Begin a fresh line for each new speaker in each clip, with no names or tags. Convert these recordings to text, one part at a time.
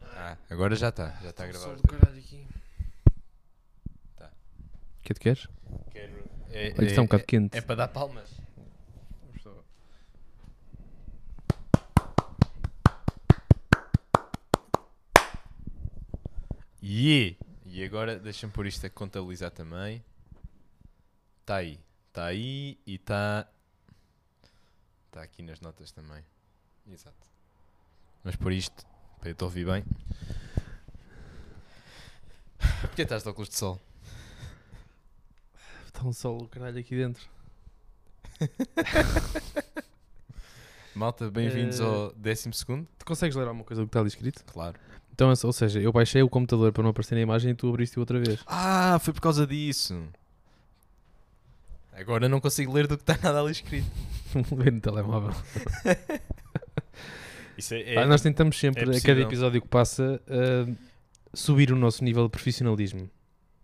Tá, agora já está. Já está a gravar.
Sol do caralho aqui.
O que é que queres?
Quero- É,
Olha que está um bocado quente.
É para dar palmas. Yeah. E agora deixa-me pôr isto a contabilizar também. Está aí. Está aí e está. Está aqui nas notas também. Exato. Mas por isto, para eu te ouvir bem. Porquê estás de óculos de sol?
Está um sol do caralho aqui dentro.
Malta, bem-vindos
Eh,
ao décimo segundo.
Tu consegues ler alguma coisa do que está ali escrito?
Claro.
Então, ou seja, eu baixei o computador para não aparecer na imagem e tu abriste outra vez.
Ah, foi por causa disso. Agora não consigo ler do que está nada ali escrito.
Lê no telemóvel.
Isso é,
Pá, Ah, nós tentamos sempre,
é
a cada
possível.
episódio que passa, ah, subir o nosso nível de profissionalismo.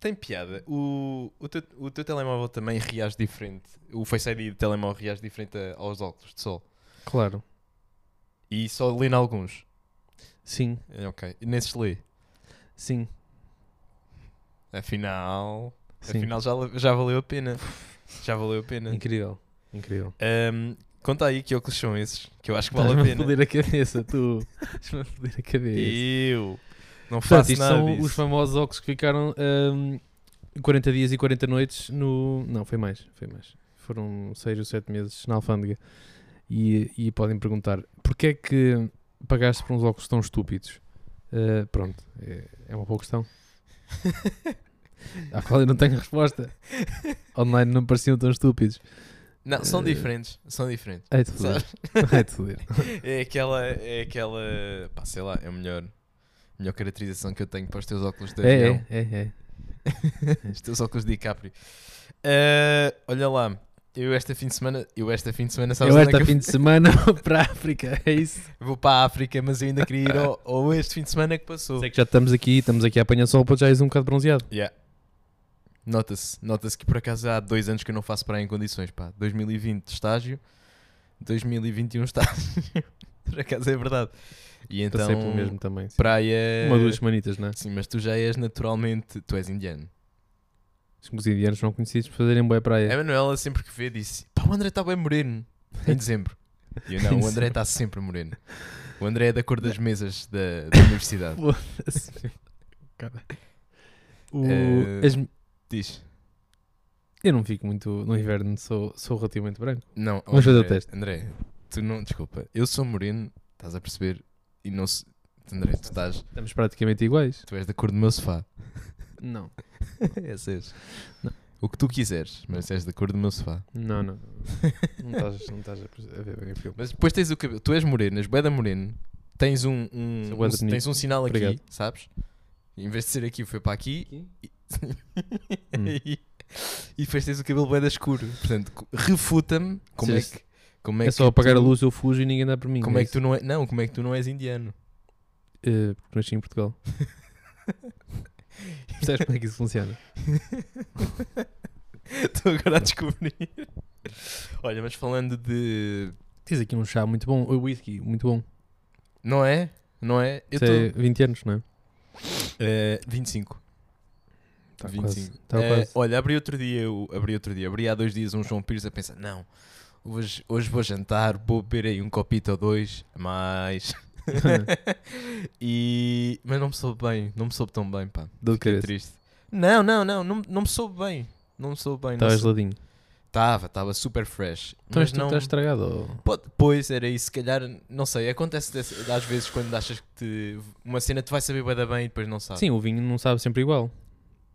Tem piada. O, o, teu, o teu telemóvel também reage diferente. O Face ID do telemóvel reage diferente a- aos óculos de sol.
Claro.
E só lê em alguns.
Sim,
É, Ok. E nesses lê.
sim,
Afinal,
sim.
afinal já, já valeu a pena. Já valeu a pena.
Incrível, incrível.
Ahm, conta aí que óculos são esses, que eu acho que vale a
Estás-me a
pena.
foder a cabeça, tu. Estás-me a foder a cabeça.
Eu não
Portanto,
faço
isto
nada
são
disso.
os famosos óculos que ficaram ahm, 40 dias e 40 noites no. Não, foi mais, foi mais. Foram 6 ou 7 meses na alfândega. E, e podem perguntar: porquê é que pagaste por uns óculos tão estúpidos? Ah, pronto, é, é uma boa questão. à qual eu não tenho resposta. Online não pareciam tão estúpidos.
Não, são
Eh,
diferentes, são diferentes.
Ai de foder. Ai de foder.
É aquela, é aquela, pá, sei lá, é a melhor, melhor caracterização que eu tenho para os teus óculos de
É,
avião,
é, é, é.
os teus óculos de DiCaprio. Eh, olha lá, eu esta fim de semana, eu esta fim de semana, sabes
Eu
onde é
esta
que
fim de semana vou para a África, é isso?
eu vou para a África, mas eu ainda queria ir ao, ao este fim de semana que passou.
Sei que já estamos aqui, estamos aqui a apanhar sol, pô, já és um bocado bronzeado.
Yeah. Nota-se, nota-se que por acaso há dois anos que eu não faço praia em condições, pá. 2020 estágio, 2021 estágio. por acaso é verdade. E então,
Passei pelo mesmo também. sim.
praia...
Uma ou duas semanitas, não é?
Sim, mas tu já és naturalmente. Tu és indiano.
Os indianos não conhecidos por fazerem boa praia.
A Manuela sempre que vê disse: pá, o André está bem moreno. Em dezembro. E eu não, o André está sempre moreno. O André é da cor das mesas da, da universidade.
O-
Eh,
as-
Diz.
Eu não fico muito no inverno, sou, sou relativamente branco.
Não, ó,
Vamos fazer o
André,
teste.
André, tu não. Desculpa, eu sou moreno, estás a perceber? E não se. André, tu, estás,
Estamos praticamente iguais.
tu és da cor do meu sofá.
Não.
és, és.
Não.
O que tu quiseres, mas és da cor do meu sofá.
Não, não. Não tá estás, não estás a perce- a ver bem o filme.
Mas depois tens o cabelo. Tu és moreno, és boeda moreno. Tens um, um-
Sou bué
um-
bonito.
tens um sinal aqui,
Obrigado.
sabes? Em vez de ser aqui, foi para aqui. E,
Hum.
e depois tens o cabelo boeda escuro. Portanto, co- refuta-me como é
Sim.
que. Como é,
É
que
só apagar
tu,
a luz, eu fujo e ninguém dá para mim.
Como é que
isso.
tu não é, não, como é que tu não és indiano?
Eh, porque nasci em Portugal. Percebes como é que isso funciona?
Estou agora a descobrir. Olha, mas falando de.
Tens aqui um chá muito bom, um whisky muito bom.
Não é? Não é? Eu
Isso
estou.
é 20 anos, não é?
eh, 25.
Tá
25.
quase, tá
Eh,
quase.
Olha, abri outro dia, eu- abri outro dia, abri há dois dias um João Pires a pensar, não, hoje, hoje vou jantar, vou beber aí um copito ou dois, a mais. e... Mas não me soube bem, não me soube tão bem, pá.
Dou de
Fiquei
cabeça.
triste. Não, não, não, não, não me soube bem. Não me soube bem. não
Estava
soube-
Tá geladinho.
Tava, estava super fresh.
Então
mas
isto
não...
está estragado. ou-
Pode- Pois, era isso. Se calhar, não sei, acontece desse- às vezes quando achas que te- uma cena te vai saber bué da bem e depois não sabe.
Sim, o vinho não sabe sempre igual.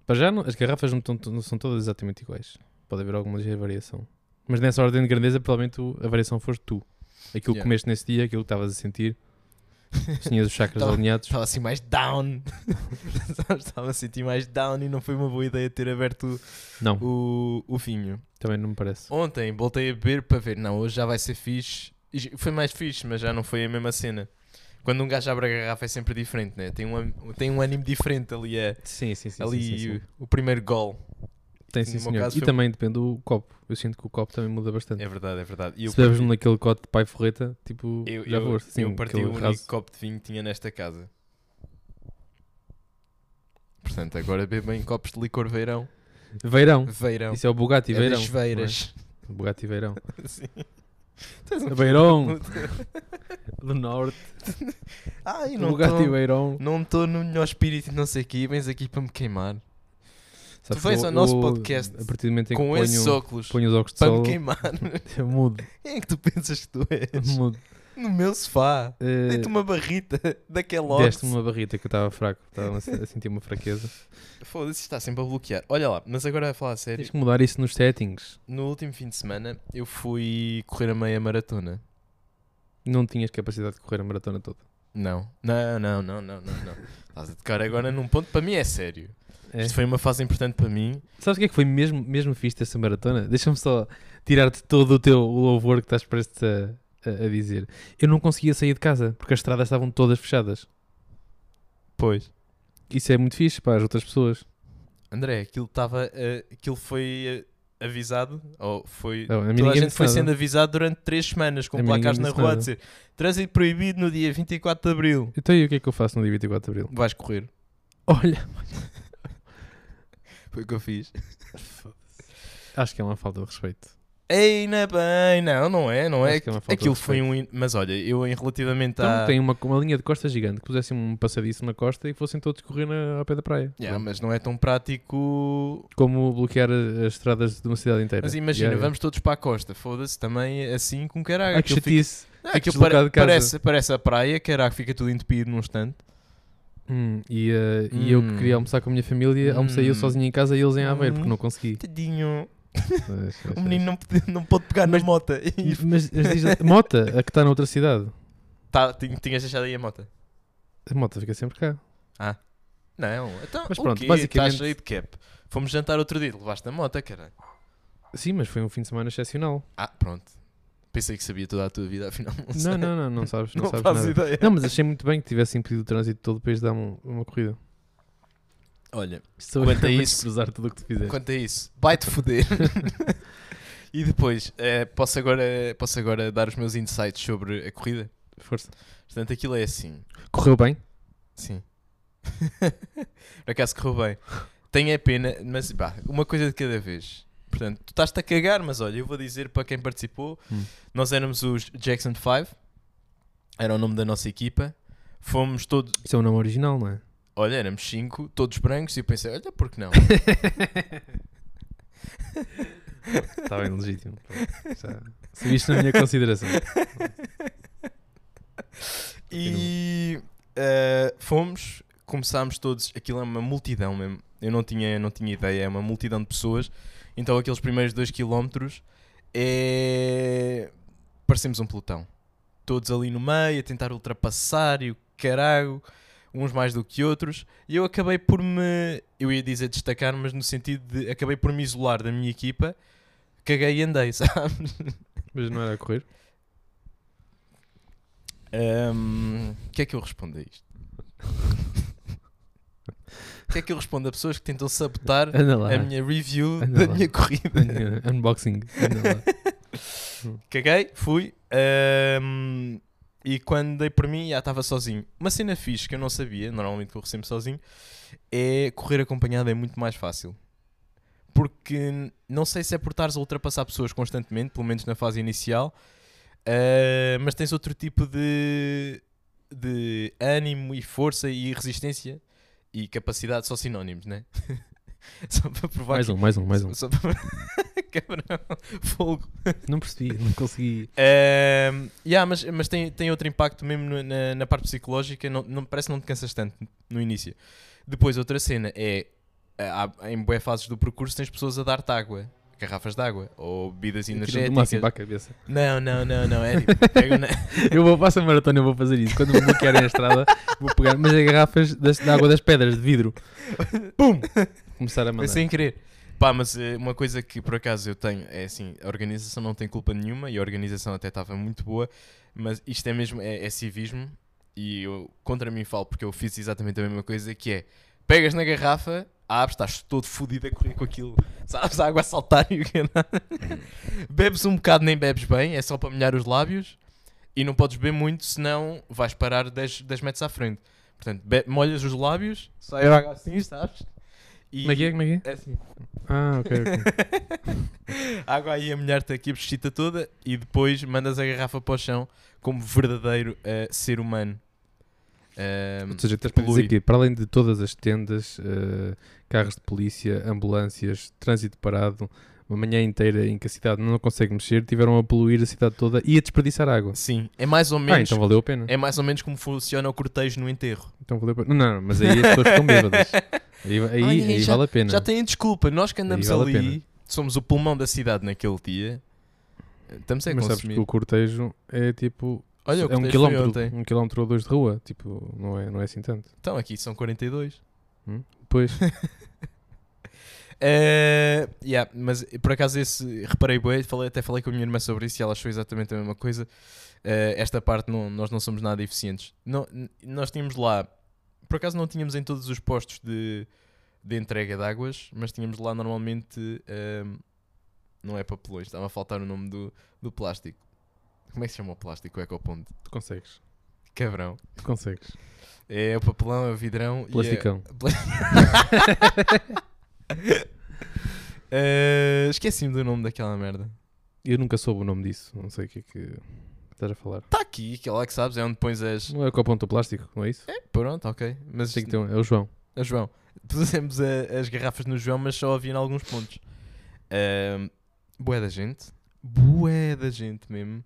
Para já, não- as garrafas não, tão- não são todas exatamente iguais. Pode haver alguma ligeira variação. Mas nessa ordem de grandeza, provavelmente o- a variação foste tu. Aquilo
Yeah.
que comeste nesse dia, aquilo que estavas a sentir. Tinhas os chakras
Tava-
alinhados.
Estava assim mais down. Sabes, Estava a sentir mais down e não foi uma boa ideia ter aberto
Não,
o, o vinho.
também não me parece.
Ontem voltei a beber para ver, não, hoje já vai ser fixe. E j- Foi mais fixe, mas já não foi a mesma cena. Quando um gajo abre a garrafa é sempre diferente, né? Tem um, an- tem um ânimo diferente ali. É,
Sim, sim, sim.
ali
sim, sim, sim.
O, o primeiro gol.
Tem
no
sim,
meu
senhor.
caso
E
foi-
também depende do copo. Eu sinto que o copo também muda bastante.
É verdade, é verdade. E eu
Se bebes
parti-
naquele cote de pai forreta, tipo,
Eu,
já
eu,
foste. Sim,
eu parti
aquele
o único
raso.
copo de vinho que tinha nesta casa. Portanto, agora bebam em copos de licor veirão.
Veirão.
Veirão.
Isso é o Bugatti
É
Veirão.
das veiras.
não é? Bugatti Veirão.
Sim. Tens um-
Veirão. Do Norte.
Ai, não
Bugatti
estou
Veirão.
não tô no melhor espírito e não sei o quê. Vens aqui para me queimar.
Sabes
vens
que
ao nosso podcast
A partir do momento em que
Com
ponho,
esses óculos.
ponho os óculos de
Para me
sol,
queimar.
eu mudo.
Quem é que tu pensas que tu és?
mudo.
No meu sofá.
Hum. Eh,
Dei-te uma barrita daquela
Deste-me uma barrita que eu estava fraco. Estava a se- a sentir uma fraqueza.
É Foda-se, está sempre a bloquear. Olha lá, mas agora a falar a sério.
Tens que mudar isso nos settings.
No último fim de semana eu fui correr a meia maratona.
Não tinhas capacidade de correr a maratona toda.
Não, não, não, não, não, não. não. Estás a tocar agora num ponto para mim é sério.
É.
Isto foi uma fase importante para mim.
Sabes o que é que foi mesmo, mesmo fixe dessa maratona? Deixa-me só tirar-te todo o teu louvor que estás prestes a, a- a dizer. Eu não conseguia sair de casa porque as estradas estavam todas fechadas.
Pois.
Isso é muito fixe para as outras pessoas.
André, aquilo estava. eh, aquilo foi eh, avisado. Ou foi.
Não, é? a mim
toda a
ninguém
gente
disse
foi
nada.
sendo avisado durante três semanas com
A mim
placares na
ninguém disse
rua a
nada.
dizer trânsito proibido no dia 24 de Abril.
Então e o que é que eu faço no dia 24 de Abril?
Vais correr.
Olha,
Foi o que eu fiz.
acho que é uma falta de respeito.
Ei, não é bem, não, não é, não é.
Acho que é uma falta de
Aquilo foi
respeito.
um. in- Mas olha, eu em relativamente
Então
à.
tem uma, uma linha de costa gigante que pusessem um passadiço na costa e que fossem todos correr na, ao pé da praia.
Yeah, mas não é tão prático.
Como bloquear a- as estradas de uma cidade inteira.
Mas imagina,
Yeah, yeah.
vamos todos para a costa, foda-se, também assim com caralho.
Ah, que
Aquilo, fica-
chatice.
Ah,
fico
aquilo
deslocado
pare-
de casa.
parece, parece a praia, caralho, fica tudo entupido num instante.
Hum, e, eh, e eu que
Hum.
queria almoçar com a minha família, almocei eu
Hum.
sozinho em casa e eles em Aveiro, porque
Hum.
não consegui.
Tadinho,
Mas- mas-
o menino não pode, não pôde pegar
Mas-
na moto.
mas- Mas, mas diz a Mota, a que está na outra cidade.
tá, tin- tinhas deixado aí a moto?
A Mota fica sempre cá.
Não, então,
Mas
o
pronto,
quê?
basicamente-
Estás cheio de cap. Fomos jantar outro dia, levaste a moto, caralho.
Sim, mas foi um fim de semana excepcional.
Ah, pronto. Pensei que sabia toda a tua vida, afinal não sei.
Não, não, não, não sabes, não,
Não
sabes
faço
nada.
ideia.
Não, mas achei muito bem que tivessem impedido o trânsito de todo o país de dar uma, uma corrida.
Olha,
Estou
Quanto a
realmente
isso-
desprezar tudo o que tu fizeste.
Quanto a isso, vai-te foder. e depois, eh, posso, agora, posso agora dar os meus insights sobre a corrida?
Força.
Portanto, aquilo é assim.
Correu bem?
Sim. Por acaso correu bem. Tenho a pena, mas pá, uma coisa de cada vez. Portanto, tu estás-te a cagar, mas olha, eu vou dizer para quem participou:
Hum.
nós éramos os Jackson 5, era o nome da nossa equipa. Fomos todos,
Isso é um nome original, não é?
olha, éramos 5, todos brancos, e eu pensei: olha, por que não?
Está Tá bem legítimo. Pronto, Já... Seguiste na minha consideração.
E eh, fomos, começámos todos, aquilo é uma multidão mesmo. Eu não tinha, não tinha ideia, é uma multidão de pessoas. Então aqueles primeiros 2 km é. parecemos um pelotão. Todos ali no meio, a tentar ultrapassar e o carago, uns mais do que outros. E eu acabei por me. Eu ia dizer destacar, mas no sentido de. acabei por me isolar da minha equipa, caguei e andei, sabes?
Mas não era a correr?
Ahm, O que é que eu respondo a isto? O que é que eu respondo a pessoas que tentam sabotar
Anda lá.
a minha review
Anda
da
lá.
minha corrida?
Unboxing. Anda lá.
Caguei, fui. ahm, e quando dei por mim, já estava sozinho. Uma cena fixe que eu não sabia, normalmente corro sempre sozinho, é correr acompanhado é muito mais fácil. Porque não sei se é por estares a ultrapassar pessoas constantemente, pelo menos na fase inicial, ah, mas tens outro tipo de, de ânimo e força e resistência e capacidade, só sinónimos, né? só para provar
Mais
que.
um, mais um, mais um.
Só para... Cabrão, fogo.
Não percebi, não consegui.
Ahm, Ehm, yeah, mas mas tem, tem outro impacto mesmo no- na, na parte psicológica. Não, não- parece que não te cansas tanto no início. Depois, outra cena é há- em boé fases do percurso tens pessoas a dar-te água, garrafas de água ou bebidas
Tira-me uma assim
energéticas.
para a cabeça.
Não, não, não, não. É tipo, pega na-
Eu vou passar a maratona, eu vou fazer isso. Quando me bloquearem a estrada, vou pegar, mas as garrafas das, de água das pedras, de vidro. Pum! Começar a
Foi
mandar.
sem querer. é? Pá, mas eh, uma coisa que por acaso eu tenho é assim: a organização não tem culpa nenhuma e a organização até estava muito boa, mas isto é mesmo é, é civismo e eu contra mim falo porque eu fiz exatamente a mesma coisa: que é pegas na garrafa, abres, estás todo fodido a correr com aquilo, sabes, a água a saltar e o que é bebes um bocado, nem bebes bem, é só para molhar os lábios e não podes beber muito, senão vais parar 10, 10 metros à frente. Portanto, be- molhas os lábios, sai a água assim, sabes? E
Como é que é? Como é que é?
É assim.
Ah, ok, ok.
Água aí a molhar-te aqui a pesquita toda e depois mandas a garrafa para o chão como verdadeiro eh, ser humano. Ahm,
Ou seja, estás para
Polui.
dizer que, para além de todas as tendas, eh, carros de polícia, ambulâncias, trânsito parado, uma manhã inteira em que a cidade não consegue mexer, tiveram a poluir a cidade toda e a desperdiçar água.
sim, é mais ou
Ah,
menos.
então valeu a pena.
É mais ou menos como funciona o cortejo no enterro.
Então valeu a pena. Não, mas aí as pessoas estão bêbadas. Aí, aí,
Olha,
aí vale a pena.
Já têm desculpa, nós que andamos
Aí vale a
ali, somos o pulmão da cidade naquele dia. Estamos a
mas sabes
consumir.
que o cortejo é tipo.
Olha, o
é um
cortejo foi
quilómetro,
ontem.
um quilómetro ou dois de rua. Tipo, não é, não é assim tanto.
Então aqui são 42.
Pois,
Eh, yeah, mas por acaso esse reparei bem, falei, até falei com a minha irmã sobre isso e ela achou exatamente a mesma coisa. Eh, esta parte não- nós não somos nada eficientes. Não- n- nós tínhamos lá, por acaso não tínhamos em todos os postos de, de entrega de águas, mas tínhamos lá normalmente ehm, não é papelões, estava a faltar o nome do, do plástico. Como é que se chama o plástico? O ecoponto?
tu consegues.
Cabrão.
Tu consegues.
É o papelão, é o vidrão e é-
Plasticão.
Eh, Esqueci-me do nome daquela merda.
Eu nunca soube o nome disso. Não sei o que é que estás a falar.
Está aqui, que é lá que sabes, é onde pões as.
Não é com a ponta plástico, não é isso?
Pronto, ok. Mas
Tem que ter um- é o João.
Ah, João, pusemos a- as garrafas no João, mas só havia em alguns pontos. Ahm, bué da gente. Bué da gente mesmo.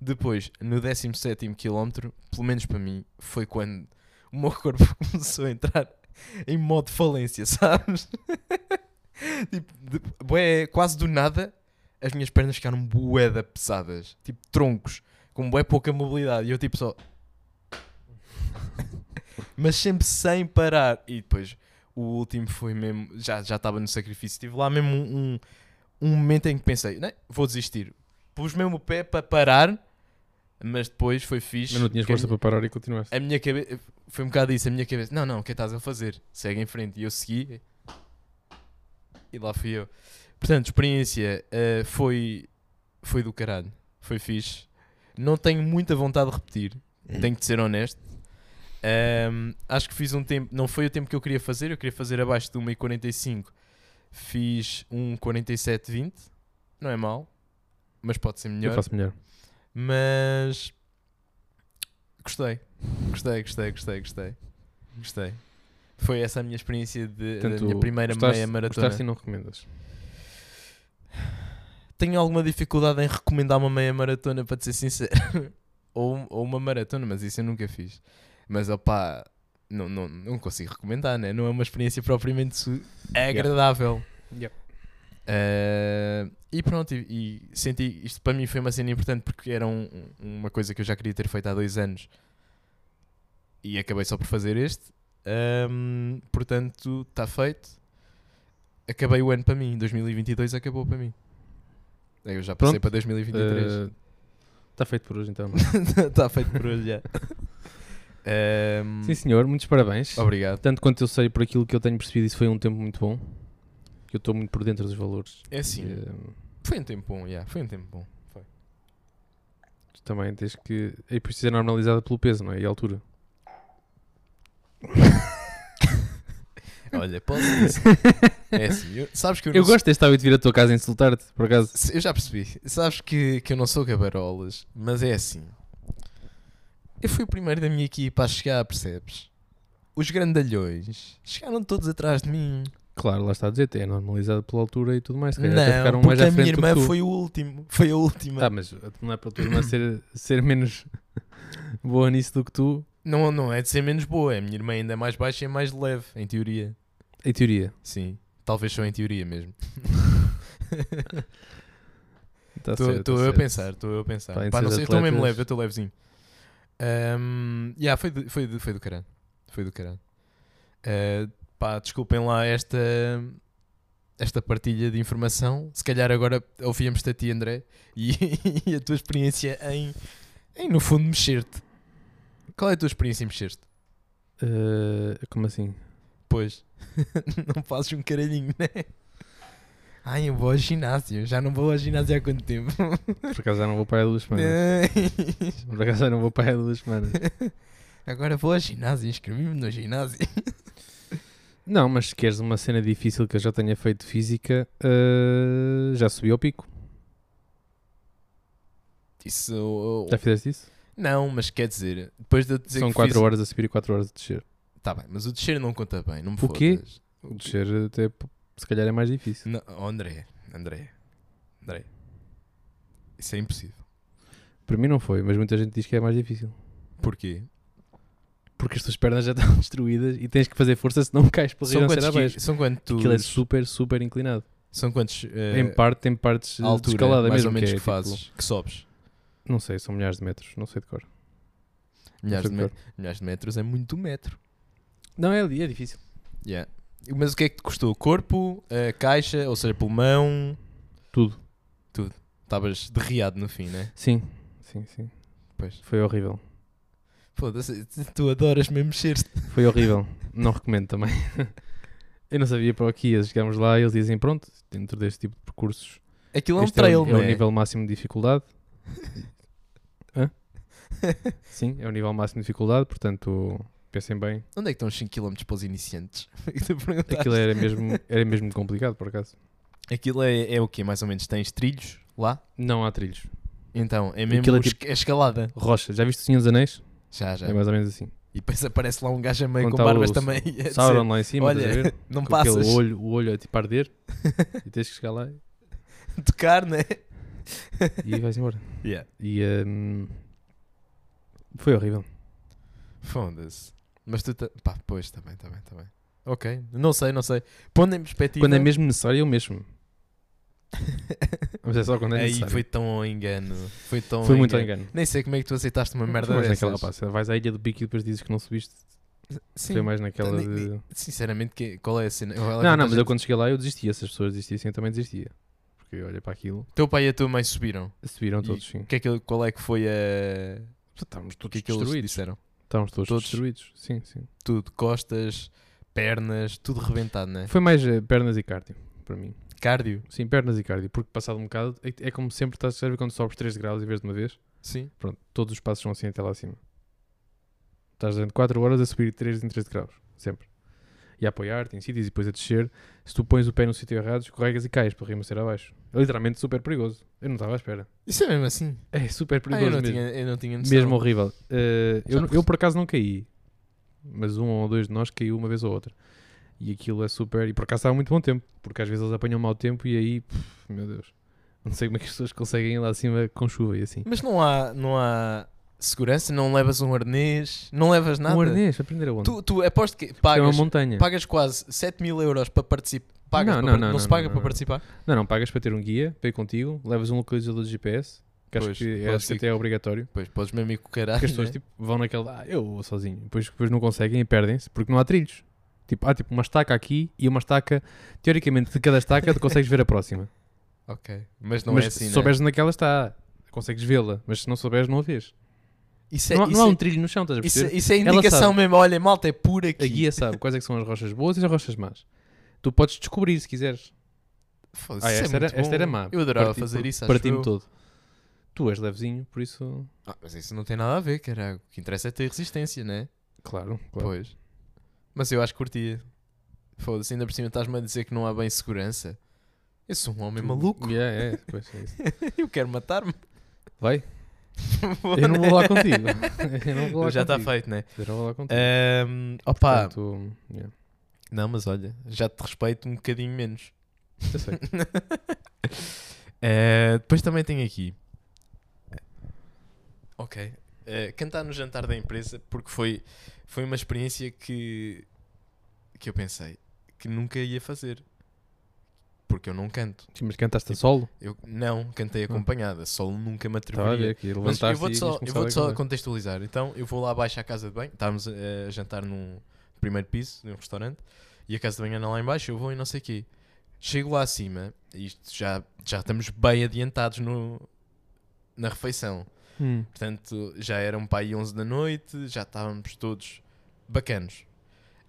Depois, no 17 quilómetro, pelo menos para mim, foi quando o meu corpo começou a entrar em modo falência, sabes? tipo, de, bué, quase do nada, as minhas pernas ficaram bué da pesadas. Tipo, troncos. Com bué pouca mobilidade. E eu tipo só... Mas sempre sem parar. E depois, o último foi mesmo... Já já estava no sacrifício. Tive lá mesmo um, um, um momento em que pensei... "Não, vou desistir. Pus mesmo o pé para parar. Mas depois foi fixe.
Mas não tinhas
porque a
força para parar e continuaste.
a minha cabeça. Foi um bocado isso, a minha cabeça. Não, não, o que é que estás a fazer? Segue em frente. E eu segui. E lá fui eu. Portanto, experiência eh, foi. Foi do caralho. Foi fixe. Não tenho muita vontade de repetir. Tenho de ser honesto. Ahm, acho que fiz um tempo. Não foi o tempo que eu queria fazer. Eu queria fazer abaixo de 1,45. Fiz 1,47,20. Não é mal. Mas pode ser
Eu
melhor.
faço melhor.
Mas gostei, gostei, gostei, gostei, gostei, gostei. Foi essa a minha experiência de, da minha primeira
gostaste-
meia maratona.
Gostaste e não recomendas.
Tenho alguma dificuldade em recomendar uma meia maratona, para te ser sincero, ou, ou uma maratona, mas isso eu nunca fiz. Mas opá, não, não, não consigo recomendar, né? não é uma experiência propriamente su- agradável.
Yep.
Eh, e pronto, e, e senti isto para mim foi uma cena importante porque era um- um- uma coisa que eu já queria ter feito há dois anos e acabei só por fazer este. Ahm, portanto, está feito. Acabei o ano para mim, 2022 acabou para mim. Eu já passei
Pronto. Eh,
para 2023.
Está feito por hoje então.
Está Tá feito por hoje já. Ahm,
Sim senhor, muitos parabéns.
obrigado.
Tanto quanto eu sei, por aquilo que eu tenho percebido, isso foi um tempo muito bom. Que eu estou muito por dentro dos valores.
É assim,
E, hum,
foi um tempo bom, já, foi um tempo bom.
tu também tens que. E depois ser normalizada pelo peso, não é? E a altura.
Olha, posso dizer. é assim, eu- sabes que eu,
Eu
não sou-
gosto deste hábito de vir à tua casa insultar-te, por acaso.
Se- Eu já percebi. Sabes que, que eu não sou gabarolas, mas é assim. Eu fui o primeiro da minha equipa a chegar, percebes? Os grandalhões chegaram todos atrás de mim.
Claro, lá está a dizer, é normalizada pela altura e tudo mais. Se calhar até
Não,
ficaram um mais
porque
à
a minha
frente do que
irmã
tu.
foi o último. Foi a última.
Tá, mas não é para a tua irmã ser, ser menos boa nisso do que tu,
Não, não é de ser menos boa. A minha irmã ainda é mais baixa e é mais leve, em teoria.
em teoria.
Sim. Talvez só em teoria mesmo.
Tá
Estou
certo, tá
estou eu a
certo.
pensar, estou eu a pensar.
Pá, em
Pá, não
seis
sei, eu estou mesmo
atletas-
leve, eu estou levezinho. Ahm, yeah, foi, do, foi, do, foi do caralho. Foi do caralho. Ah, pá, desculpem lá esta, esta partilha de informação. Se calhar agora ouvíamos-te a ti, André, e, e a tua experiência em, em no fundo, mexer-te. Qual é a tua experiência em mexer-te?
Eh, como assim?
Pois, não fazes um caralhinho, né? Ai, eu vou ao ginásio. Já não vou ao ginásio há quanto tempo?
Por acaso já não vou para aí há duas
É.
semanas. Por acaso já não vou para aí há duas semanas.
Agora vou ao ginásio, inscrevi-me no ginásio.
Não, mas se queres uma cena difícil que eu já tenha feito de física, eh, já subi ao pico.
Isso. eu-
Já fizeste isso?
Não, mas quer dizer, depois de eu dizer
São
que
4
fiz...
horas a subir e 4 horas a descer.
Tá bem, mas o descer não conta bem, não me
O quê?
fodas.
O descer até p- se calhar é mais difícil.
Não, oh, André, André, André. Isso é impossível.
Para mim não foi, mas muita gente diz que é mais difícil.
Porquê?
Porque as tuas pernas já estão destruídas e tens que fazer força senão cais pela
São
ribanceira
quantos,
abaixo.
qui- são quantos,
Aquilo é super, super inclinado.
são quantos eh,
em parte, tem partes de
altura,
escalada
mais
mesmo.
ou menos que,
é, tipo,
fazes, que sobes?
Não sei, são milhares de metros, não sei de cor.
Milhares de,
sei
met- milhares de metros é muito metro.
Não, é, é difícil.
Yeah. Mas o que é que te custou? Corpo, eh, caixa, ou seja, pulmão?
Tudo.
Tudo. Estavas derriado no fim, né?
Sim, sim, sim.
Pois.
Foi horrível.
Foda-se, tu adoras mesmo mexer-te.
Foi horrível. não recomendo também. Eu não sabia para o que ia. Chegámos lá e eles dizem: pronto, dentro deste tipo de percursos,
Aquilo é um
este é,
trail,
o, é
não
o nível máximo de dificuldade. Hã? Sim, é o nível máximo de dificuldade, portanto, pensem bem.
Onde é que estão os 5km para os iniciantes?
Aquilo é- era mesmo, era mesmo complicado, por acaso.
Aquilo é, é o quê? Mais ou menos tens trilhos lá?
Não há trilhos.
Então, é mesmo
Aquilo é
os- a escalada.
Rocha, já viste o Senhor dos Anéis?
Já, já.
É mais ou menos assim.
E depois aparece lá um gajo a meio
Quando
com
tá o
barbas
s-
também. a dizer,
Sauron lá em cima,
É Olha,
estás a ver?
não
Com aquele
passas.
olho, o olho a tipo a arder e tens que chegar lá
Tocar, né?
e vais embora.
Yeah.
E hum, foi horrível.
Foda-se. Mas tu. ta- Pá, pois, também, também, também. Ok. Não sei, não sei. Pondo em perspectiva.
Quando é mesmo necessário, eu mesmo. Mas é só quando é
Aí
necessário.
foi tão ao engano. Foi tão.
Foi
ao
muito ao
engano.
engano.
Nem sei como é que tu aceitaste uma merda
Foi mais naquela
dessas.
passa. Vais à ilha do pico e depois dizes que não subiste.
Sim. Então,
Foi mais naquela
Ni-
de.
Sinceramente, que- qual é a cena? Qual é a
Não, não, mas
vantagem?
eu quando cheguei lá eu desistia. Se as pessoas desistissem, eu também desistia. Porque eu olhei para aquilo,
Teu pai e a tua mãe subiram.
subiram
E-
todos, sim.
O Que é que, qual é que foi a.
Estávamos
O
todos
que é que eles
destruídos.
disseram?
Estávamos todos,
Todos.
destruídos, sim, sim.
Tudo. Costas, pernas, tudo rebentado, né?
Foi mais eh, pernas e cardio, para mim.
Cardio.
Sim, pernas e cardio, porque passado um bocado é, é como sempre estás a ver quando sobes 3 graus em vez de uma vez.
Sim.
Pronto, todos os passos são assim até lá acima. Estás durante 4 horas a subir 3 em 3 graus, sempre. E a apoiar-te em sítios e depois a descer. Se tu pões o pé no sítio errado, escorregas e cais para rima ser abaixo. É literalmente super perigoso. Eu não estava à espera.
Isso é mesmo assim.
É super
Ah,
perigoso
eu, não
mesmo.
tinha, eu não tinha noção.
Mesmo horrível. Eh, eu,
Já-
eu por acaso não caí, mas um ou dois de nós caiu uma vez ou outra. E aquilo é super. E por acaso há muito bom tempo, porque às vezes eles apanham mau tempo e aí, puf, meu Deus, não sei como é que as pessoas conseguem ir lá acima com chuva e assim.
Mas não há, não há segurança? Não levas um arnês? Não levas nada?
Um arnês, aprender a onda.
Tu, tu aposto que
É uma
pagas,
montanha.
pagas quase 7 mil euros para participar. Pagas para
Não, não,
par-
não,
se
não,
paga
não,
para
não.
participar?
Não, não, pagas para ter um guia, para ir contigo, levas um localizador de GPS, que acho
Pois,
que,
podes
acho que
ir-
até é obrigatório.
Pois, podes mesmo ir com o caralho.
Porque as pessoas
né?
tipo, vão naquele, ah, eu vou sozinho. Depois, depois não conseguem e perdem-se, porque não há trilhos. Tipo, há tipo uma estaca aqui e uma estaca, teoricamente, de cada estaca tu consegues ver a próxima.
Ok. Mas não
mas
é assim,
se
né?
souberes onde é que ela está, consegues vê-la, mas se não souberes, não a vês.
Isso é,
não, há- não
isso
há
é-
um trilho no chão, estás a
isso,
perceber?
é- isso é
Ela
indicação
sabe.
mesmo. Olha, malta, é por aqui.
A guia sabe quais é que são as rochas boas e as rochas más. Tu podes descobrir se quiseres.
Foda-se,
Ah,
isso é
esta, era,
muito
esta
bom.
era má.
Eu adorava
Parti-
fazer isso, acho
Parti-me
eu.
todo. Tu és levezinho, por isso.
Ah, mas isso não tem nada a ver, caralho. O que interessa é ter resistência, né?
Claro, claro.
Pois. Mas eu acho que curtia. Foda-se, ainda por cima estás-me a dizer que não há bem segurança. Eu sou um homem
Tu-
maluco.
Yeah, é, pois, é isso.
Eu quero matar-me.
Vai,
Vou,
eu não vou lá
né?
contigo. Eu não vou lá
Já está
contigo. Hum,
feito, né?
Já tá É, vou lá contigo.
Ahm, opa,
Portanto, yeah,
não, mas olha, já te respeito um bocadinho menos.
eu sei.
Eh, depois também tenho aqui. Ok. Eh, cantar no jantar da empresa, porque foi, foi uma experiência que, que eu pensei que nunca ia fazer. Porque eu não canto.
Sim, mas cantaste a solo?
Eu não cantei acompanhada, só nunca me
Estava a
atreveria.
ver aqui.
Mas
Então, Levantaste
eu vou-te
e
só,
tinhas
eu
começado
vou
a
só
cantar.
contextualizar. Então, eu vou lá abaixo à casa de banho. Estávamos eh, a jantar num primeiro piso, num restaurante, e a casa de banho anda lá em baixo, eu vou e não sei o quê. Chego lá acima, e isto já, já estamos bem adiantados no, na refeição.
Hum.
Portanto, já era um pai 11 da noite, já estávamos todos bacanos.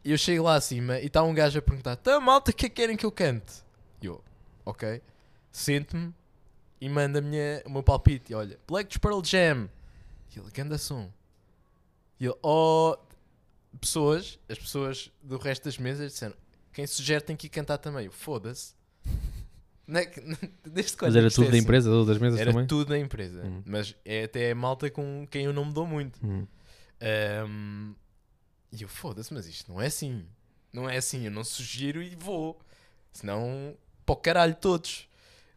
E eu chego lá acima e está um gajo a perguntar: Tá, malta, o que é que querem que eu cante? E eu, ok. Sento-me e manda a minha, o meu palpite: e Olha, Black dos Pearl Jam. E ele, ganda som. E ele, oh. Pessoas, as pessoas do resto das mesas disseram: Quem sugere tem que ir cantar também. Eu, Foda-se. Não é que- Desde quando
Mas era
é que isto
tudo
é
da
assim?
empresa, ou das mesas
Era
também?
tudo da empresa.
Hum.
Mas é até a malta com quem eu não mudou muito.
Hum.
Ahm, e eu foda-se, mas isto não é assim. Não é assim, eu não sugiro e vou. Senão, para o caralho todos.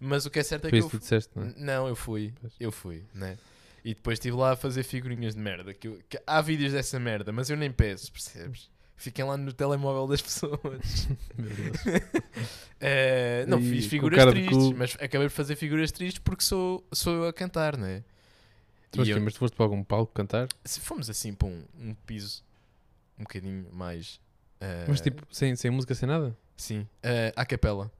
Mas o que é certo é
Foi
que
isso
eu.
que tu
fu-
disseste, não é?
N- Não, eu fui.
Pois.
Eu fui, né? E depois estive lá a fazer figurinhas de merda. Que eu- que há vídeos dessa merda, mas eu nem peço, percebes? Fiquem lá no telemóvel das pessoas.
Meu Deus.
Eh, não,
E
fiz
com
figuras
cara de
tristes,
cu.
mas acabei por fazer figuras tristes porque sou, sou eu a cantar, né? E
Tu foste,
eu-
Mas tipo- tu foste para algum palco cantar?
se formos assim para um, um piso um bocadinho mais. eh,
Mas tipo, sem, sem música, sem nada?
Sim, eh, à capela.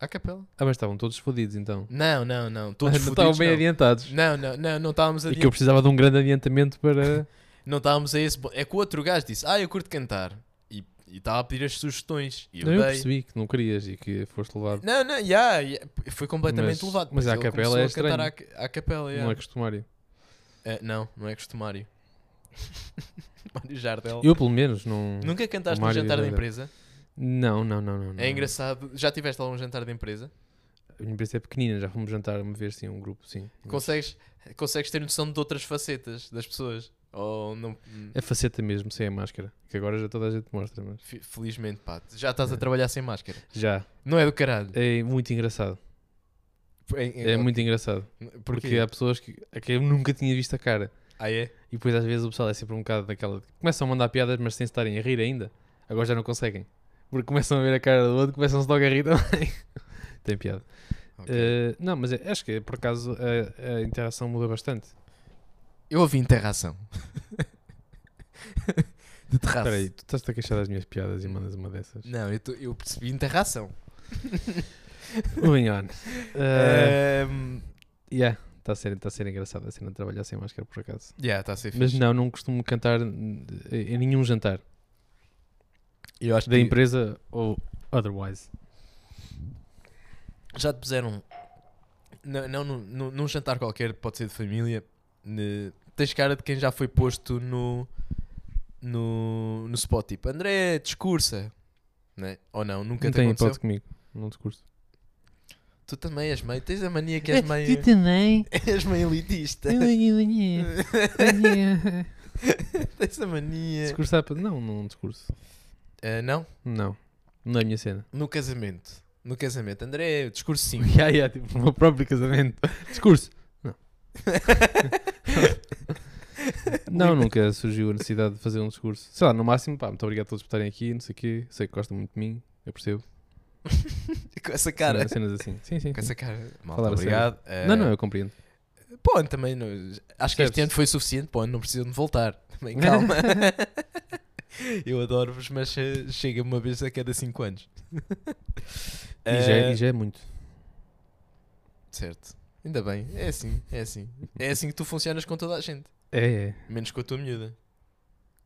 À capela?
Ah, mas estavam todos fodidos então.
Não, não, não.
Ah,
Todos
não
fodidos,
bem
não.
adiantados.
Não, não, não, não estávamos a
E que eu precisava de um grande adiantamento para.
Não estávamos a esse ponto. É que o outro gajo disse: Ah, eu curto cantar. E e estava a pedir as sugestões. E eu
não, eu
dei.
percebi que não querias e que foste levado.
Não, não, já. já, Foi completamente
Mas-
levado.
mas
pois
à
ele
capela
começou
é
a cantar à ca- À, capela, já.
Não é costumário.
Eh, não, não é costumário. Mário Jardel.
Eu, pelo menos, não.
Nunca cantaste no
Mário
jantar da
Jardel.
empresa?
Não, não, não, não. não.
É engraçado. Já tiveste algum jantar de empresa?
A minha empresa é pequenina, já fomos jantar uma vez, sim, um grupo, sim.
Consegues, consegues ter noção de outras facetas das pessoas? Ou não.
A é faceta mesmo, sem a máscara. Que agora já toda a gente mostra, mas.
Fi- Felizmente, pá, já estás
É.
a trabalhar sem máscara.
Já.
Não é do caralho.
É muito engraçado. É, muito engraçado. Porque é-
Porque
há pessoas que, a quem eu nunca tinha visto a cara.
ah, é?
E depois às vezes o pessoal é sempre um bocado daquela. Começam a mandar piadas, mas sem estarem a rir ainda. Agora já não conseguem. Porque começam a ver a cara do outro, começam-se logo a rir também. Tem piada.
Ok.
Eh, não, mas é- acho que por acaso a, a interação muda bastante.
Eu ouvi interração. de terraço.
Espera aí, tu estás-te a queixar das minhas piadas e mandas uma dessas.
Não, eu, tô- eu percebi interração.
Moving on. Eh,
Ahm,
yeah, está a ser, está a ser engraçado a cena de trabalhar sem máscara por acaso.
yeah, está a ser
Mas
É fixe.
não, não costumo cantar em em nenhum jantar.
Eu acho
Da
que
empresa ou otherwise.
já te puseram. Não, não, num- num- num jantar qualquer, pode ser de família. ne- tens cara de quem já foi posto no. No, no spot, tipo André, discursa, né? ou não? Nunca
não
te
tem
aconteceu?
hipótese comigo. Não te curto.
Tu também és meio, tens a mania que és meio,
Tu também.
és meio elitista. tens a mania.
Discursar para... Não, não discurso.
Ah, não?
Não. Não é a minha cena.
No casamento. No casamento. André, discurso sim.
Yeah, yeah, tipo, no meu próprio casamento. Discurso. Não. não, nunca surgiu a necessidade de fazer um discurso. Sei lá, no máximo, pá, muito obrigado a todos por estarem aqui, não sei o quê. Sei que gostam muito de mim, eu percebo.
Com essa cara.
Cenas- cenas assim. Sim, sim.
Com
sim.
essa cara. Malta,
Falar a
obrigado. Ah,
Não, não, eu compreendo.
Para o ano também. não- acho que este
Percebes?
ano foi suficiente. Para o ano não precisam de voltar. Também calma. Eu adoro-vos, mas eh, chega uma vez a cada 5 anos.
E já, é-
Ah,
e já é muito.
Eh, Certo. Ainda bem. É assim. É assim. É assim que tu funcionas com toda a gente.
É, é.
Menos com a tua miúda.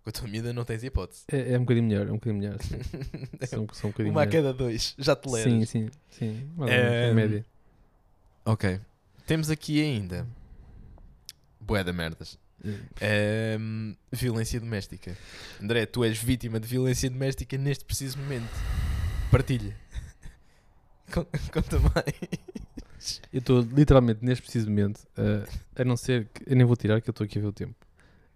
Com a tua miúda não tens hipótese.
É, é um bocadinho melhor, é um bocadinho melhor. Sim. São, são um bocadinho
Uma a
melhor.
cada dois, já te leras.
Sim, sim, sim. Mais ou menos,
Eh,
em média.
Ok. Temos aqui ainda. Bué da merdas. Ahm, violência doméstica. André, tu és vítima de violência doméstica neste preciso momento. Partilha. Con- Conta mais.
Eu estou literalmente neste preciso momento, eh, a não ser que. Eu nem vou tirar, que eu estou aqui a ver o tempo.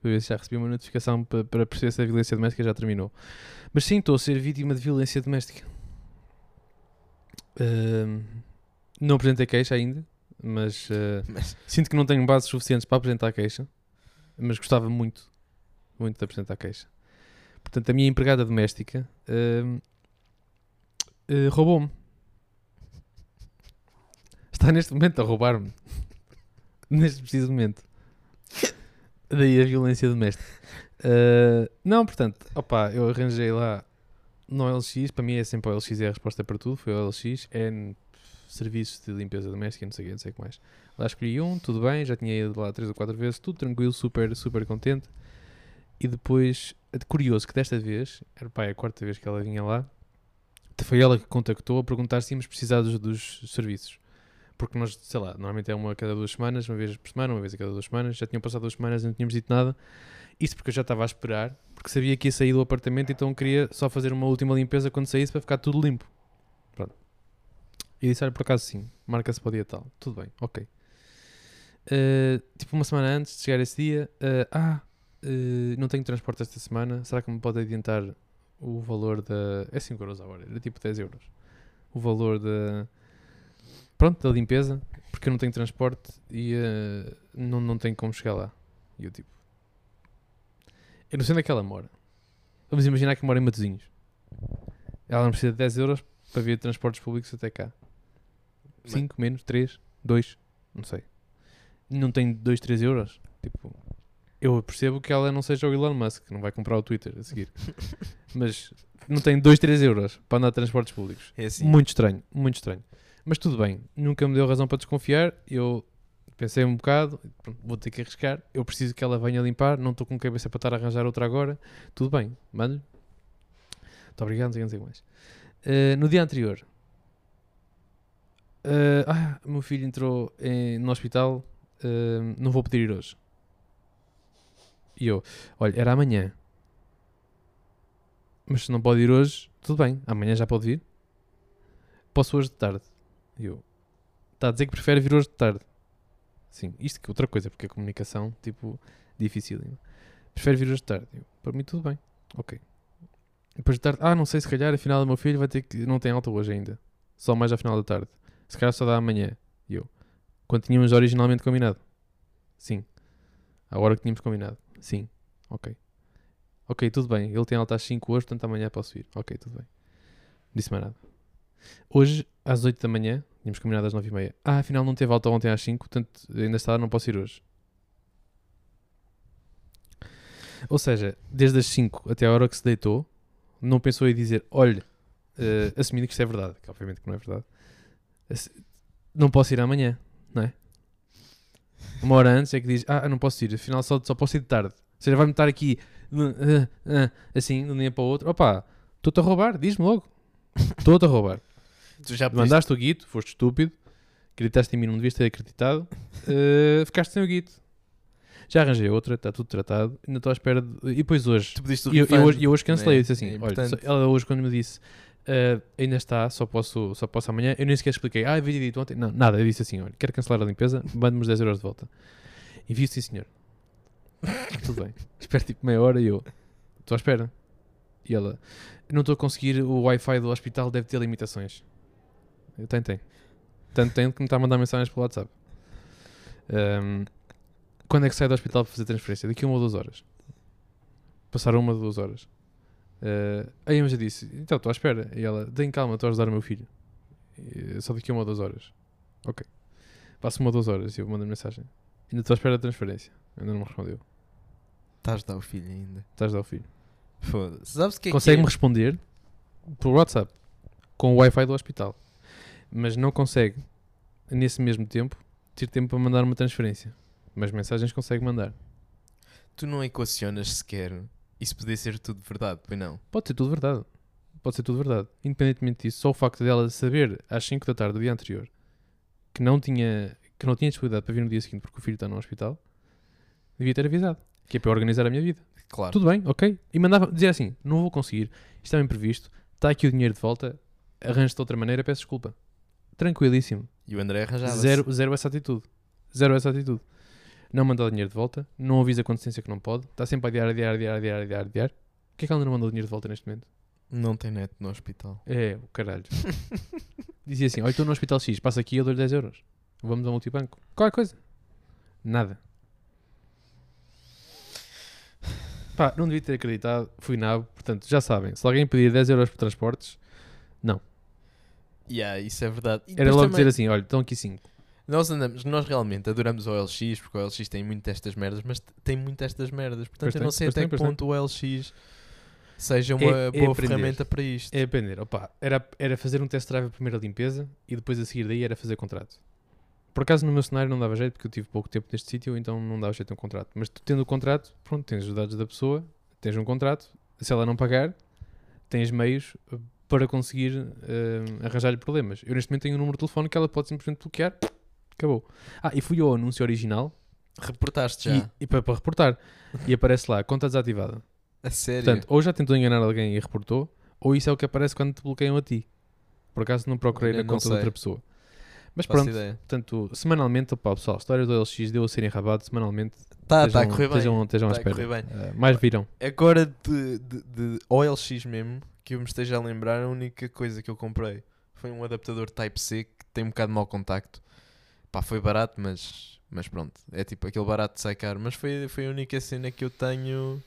Para ver se já recebi uma notificação pa- para perceber se a violência doméstica já terminou. Mas sim, estou a ser vítima de violência doméstica. Ahm, não apresentei queixa ainda, mas eh,
Mas-
sinto que não tenho bases suficientes para apresentar queixa. Mas gostava muito, muito de apresentar queixa. Portanto, a minha empregada doméstica ahm, eh, roubou-me. Está neste momento a roubar-me. neste preciso momento. Daí a violência doméstica. Ah, não, portanto, opá, eu arranjei lá no LX, para mim é sempre o LX é a resposta para tudo, foi o LX, é em serviços de limpeza doméstica, não sei o que, não sei o que mais. Lá escolhi um, tudo bem, já tinha ido lá três ou quatro vezes, tudo tranquilo, super, super contente. E depois, eh, curioso que desta vez, era pá, é a quarta vez que ela vinha lá, foi ela que contactou a perguntar se íamos precisar dos, dos serviços. porque nós, sei lá, normalmente é uma a cada duas semanas, uma vez por semana, uma vez a cada duas semanas, já tinham passado duas semanas e não tínhamos dito nada. Isso porque eu já estava a esperar, porque sabia que ia sair do apartamento, então queria só fazer uma última limpeza quando saísse para ficar tudo limpo. Pronto. E disse: Olha, por acaso sim, marca-se para o dia tal. Tudo bem, ok. Eh, tipo, uma semana antes de chegar esse dia, eh, ah, eh, não tenho transporte esta semana, será que me pode adiantar o valor da. É 5 euros a hora, era tipo 10 euros. O valor da. Pronto, da limpeza, porque eu não tenho transporte e eh, não, não tenho como chegar lá. E eu tipo. Eu não sei onde é que ela mora. Vamos imaginar que mora em Matozinhos. Ela não precisa de 10 euros para vir de transportes públicos até cá. 5 menos 3, 2, não sei. Não tem 2, 3 euros. Tipo, eu percebo que ela não seja o Elon Musk, não vai comprar o Twitter a seguir. Mas não tem 2, 3 euros para andar de transportes públicos.
É assim.
Muito estranho, muito estranho. Mas tudo bem, nunca me deu razão para desconfiar. Eu pensei um bocado, pronto, vou ter que arriscar. Eu preciso que ela venha limpar, não estou com cabeça para estar a arranjar outra agora. Tudo bem, mando Muito obrigado, não sei, o que, não sei o que mais. Eh, no dia anterior, eh, ah, meu filho entrou em- no hospital, eh, não vou poder ir hoje. E eu, olha, era amanhã. Mas se não pode ir hoje, tudo bem, amanhã já pode vir. Posso hoje de tarde. E eu, está a dizer que prefere vir hoje de tarde. Sim, isto que é outra coisa, porque a comunicação, tipo, dificílima. Prefere vir hoje de tarde. Eu, para mim, tudo bem. Ok. Depois de tarde, ah, não sei, se calhar, afinal, o meu filho vai ter que. Não tem alta hoje ainda. Só mais à final da tarde. Se calhar só dá amanhã. E eu, quando tínhamos originalmente combinado? Sim. A hora que tínhamos combinado? Sim. Ok. Ok, tudo bem. Ele tem alta às 5 hoje, portanto amanhã posso ir. Ok, tudo bem. Não Disse mais nada. Hoje, às 8 da manhã, tínhamos combinado às 9 e meia. Ah, afinal não teve alta ontem às 5, portanto ainda está, não posso ir hoje. Ou seja, desde as 5 até a hora que se deitou, não pensou em dizer, olha, eh, assumindo que isto é verdade, que obviamente que não é verdade, ass- não posso ir amanhã, não é? Uma hora antes é que diz, ah, não posso ir, afinal só, só posso ir de tarde. Ou seja, vai-me estar aqui, eh, eh, assim, de um dia para o outro, opa, estou-te a roubar, diz-me logo, estou-te a roubar.
Tu já pediste,
Mandaste o guito, foste estúpido, acreditaste em mim, não devias ter acreditado, eh, ficaste sem o guito. Já arranjei outra, está tudo tratado, ainda estou à espera de... E depois hoje,
tu pediste o
e eu, eu
refund,
hoje, eu hoje cancelei,
né?
eu disse assim,
É
olha, só-
importante.
ela hoje quando me disse, "Ah, ainda está, só posso, só posso amanhã, eu nem sequer expliquei, ah, havia dito ontem, não, nada, eu disse assim, olha, quero cancelar a limpeza, mande-me os 10 euros de volta. E vi sim senhor. Tudo bem. Espero tipo meia hora e eu, estou à espera. E ela, não estou a conseguir, o Wi-Fi do hospital deve ter limitações. Eu tenho, tenho. Tanto tenho que me está a mandar mensagens pelo WhatsApp. Ahm, quando é que sai do hospital para fazer transferência? Daqui a uma ou duas horas. Passaram uma ou duas horas. Ah, aí eu já disse, então estou à espera. E ela, tem calma, estou a ajudar o meu filho. Eh, só daqui a uma ou duas horas. Ok. Passa uma ou duas horas e eu mando mensagem. Ainda estou à espera da transferência. Ainda não me respondeu.
Estás a dar o filho ainda.
Estás a dar ao filho.
Foda-se. Sabes o que é
Consegue-me
que é?
responder por WhatsApp com o Wi-Fi do hospital, mas não consegue, nesse mesmo tempo, ter tempo para mandar uma transferência. Mas mensagens consegue mandar.
Tu não equacionas sequer. Isso podia ser tudo verdade, pois não?
Pode ser tudo verdade. Pode ser tudo verdade. Independentemente disso, só o facto dela saber às 5 da tarde do dia anterior que não tinha, que não tinha disponibilidade para vir no dia seguinte porque o filho está no hospital, devia ter avisado. Que é para eu organizar a minha vida.
Claro.
Tudo bem, ok. E mandava dizer assim: não vou conseguir, isto é um imprevisto, está aqui o dinheiro de volta, arranjo de outra maneira, peço desculpa. Tranquilíssimo.
E o André arranjava
Zero, zero essa atitude. Zero essa atitude. Não mandar o dinheiro de volta, não avisa a consciência que não pode, está sempre a adiar, adiar, adiar, adiar, adiar, adiar. Porquê é que ela ainda não mandou o dinheiro de volta neste momento?
Não tem neto no hospital.
É, o caralho. Dizia assim: olha, estou no Hospital X, passa aqui, eu dou-lhe 10 euros. Vamos ao multibanco. Qualquer coisa. Nada. Pá, não devia ter acreditado, fui nabo, portanto, já sabem, se alguém pedir 10 euros por transportes,
Yeah, isso é verdade. E
era
depois
logo
também-
dizer assim, olha, estão aqui 5.
Nós andamos, nós realmente adoramos o LX, porque o LX tem muito destas merdas, mas t- tem muito destas merdas. Portanto,
Pois
eu
tem,
não sei
pois
até
tem,
que
pois tem.
ponto o LX seja uma
É- é
boa
aprender.
ferramenta para isto.
É aprender, opá, era, era fazer um test drive a primeira limpeza e depois a seguir daí era fazer contrato. Por acaso no meu cenário não dava jeito porque eu tive pouco tempo neste sítio, então não dava jeito a um contrato. Mas tu tendo o contrato, pronto, tens os dados da pessoa, tens um contrato, se ela não pagar, tens meios uh, para conseguir eh, arranjar-lhe problemas. Eu neste momento tenho um número de telefone que ela pode simplesmente bloquear. Acabou. Ah, e fui ao anúncio original
Reportaste já.
e, e para, para reportar. E aparece lá, conta desativada.
A sério.
Portanto, ou já tentou enganar alguém e reportou, ou isso é o que aparece quando te bloqueiam a ti. Por acaso não procurei
Olha,
na
não
conta de
sei.
outra pessoa. Mas
Faço
pronto,
ideia.
portanto, semanalmente, opa, pessoal, histórias do LX deu a ser enrabado semanalmente.
Tá, tá
estejam,
a correr bem.
Estejam, estejam à
Tá a
espera.
correr bem.
Ah, mais virão.
Agora de, de, de OLX mesmo, que eu me esteja a lembrar, a única coisa que eu comprei foi um adaptador Type-C que tem um bocado de mau contacto. Pá, foi barato, mas, mas pronto. É tipo aquele barato de sai caro. Mas foi, foi a única cena que eu tenho.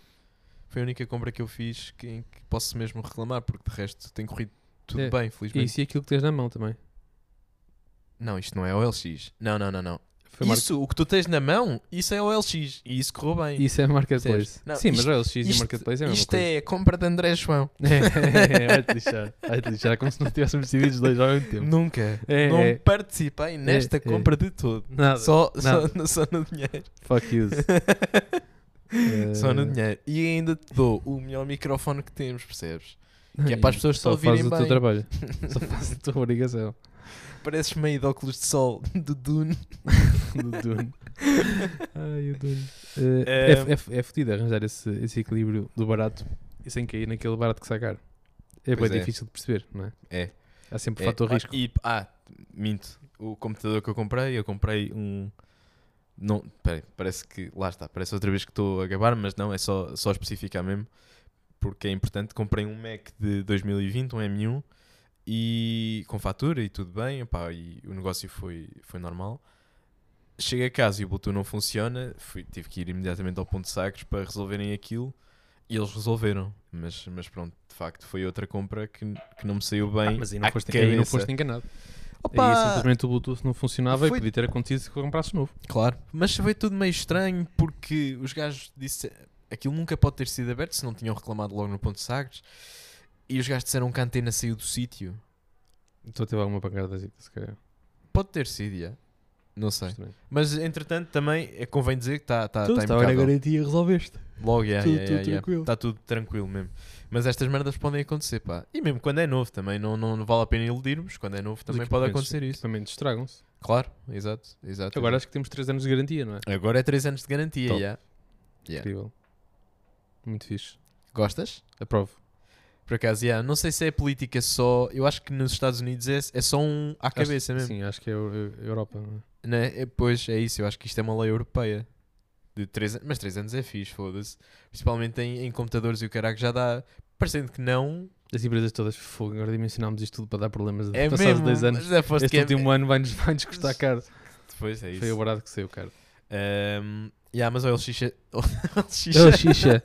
Foi a única compra que eu fiz que, em que posso mesmo reclamar, porque de resto tem corrido tudo
É,
bem,
E
felizmente.
isso e aquilo que tens na mão também.
Não, isto não é OLX. Não, não, não, não.
Foi marca-
isso, o que tu tens na mão, isso é OLX. E isso correu bem.
Isso é marketplace.
Percebes? Não,
Sim, mas
isto-
o LX e
isto-
marketplace é a mesma
Isto
coisa. É,
é a compra de André João.
Vai-te lixar. Vai-te lixar. É como se não tivéssemos decidido os dois ao mesmo tempo.
Nunca.
É,
não
é.
participei nesta
é.
compra de todo.
Nada.
Só,
nada.
Só, só no dinheiro.
Fuck you.
só
Eh.
no dinheiro. E ainda te dou o melhor microfone que temos, percebes? Que é para as pessoas só
Só fazes
ouvirem
o teu
bem.
trabalho. Só fazes a tua obrigação.
Pareces meio de óculos de sol do Dune.
do Dune. Ai, o Dune. Eh,
Ehm.
é, f- é, f- é fodido arranjar esse, esse equilíbrio do barato e sem cair naquele barato que sacar. É bem
Pois é.
difícil de perceber, não é?
É.
Há sempre o
É,
fator
ah,
risco.
E, ah, minto. O computador que eu comprei, eu comprei um. Não, peraí, parece que. Lá está, parece outra vez que estou a gabar, mas não, é só, só especificar mesmo. Porque é importante. Comprei um Mac de 2020, um M1, e com fatura e tudo bem, opá, e o negócio foi, foi normal. Cheguei a casa e o Bluetooth não funciona, fui- tive que ir imediatamente ao ponto de sacos para resolverem aquilo. E eles resolveram, mas, mas pronto, de facto foi outra compra que, que não me saiu bem.
Ah, mas aí não,
à
foste, aí não
cabeça.
foste enganado.
Opa!
Aí simplesmente o Bluetooth não funcionava
Foi-
e podia ter acontecido que comprasses novo.
Claro. Mas foi tudo meio estranho porque os gajos disseram. Aquilo nunca pode ter sido aberto se não tinham reclamado logo no ponto de Sagres. E os gajos disseram que a antena saiu do sítio.
Então teve alguma pancada, se calhar.
Pode ter sido, já. Não sei.
Estranho.
Mas entretanto também é convém dizer que está tá, tá
Então, estava na
impecável.
garantia e resolveste.
Logo, yeah,
Tudo-
yeah,
tudo
yeah, yeah.
tranquilo.
Está tudo tranquilo mesmo. Mas estas merdas podem acontecer, pá. E mesmo quando é novo também, não, não, não vale a pena iludirmos. Quando é novo também pode
equipamentos-
acontecer isso. Tá,
Equipamentos estragam-se.
Claro, exato. exato
assim. Agora acho que temos 3 anos de garantia, não é?
exato. Agora é 3 anos de garantia,
Top.
yeah. Yeah.
Incrível. Muito fixe.
Gostas?
Aprovo.
Por acaso, yeah. não sei se é política só. Eu acho que nos Estados Unidos é, é só um à cabeça
acho,
mesmo.
Sim, acho que é a Europa. Não é?
Né? É, Pois é isso, eu acho que isto é uma lei europeia. De três an- Mas 3 anos é fixe, foda-se. Principalmente em, em computadores e o caraca já dá. Parecendo que não.
As empresas todas, fogo, agora dimensionámos isto tudo para dar problemas.
É
Passados
mesmo.
dois anos,
mas aposto
este
que é-
último ano vai-nos vai -nos custar caro.
Pois é
Foi o
isso.
barato que saiu, cara.
Ahm, yeah, mas o LX. é- o LX
Oh, xixa.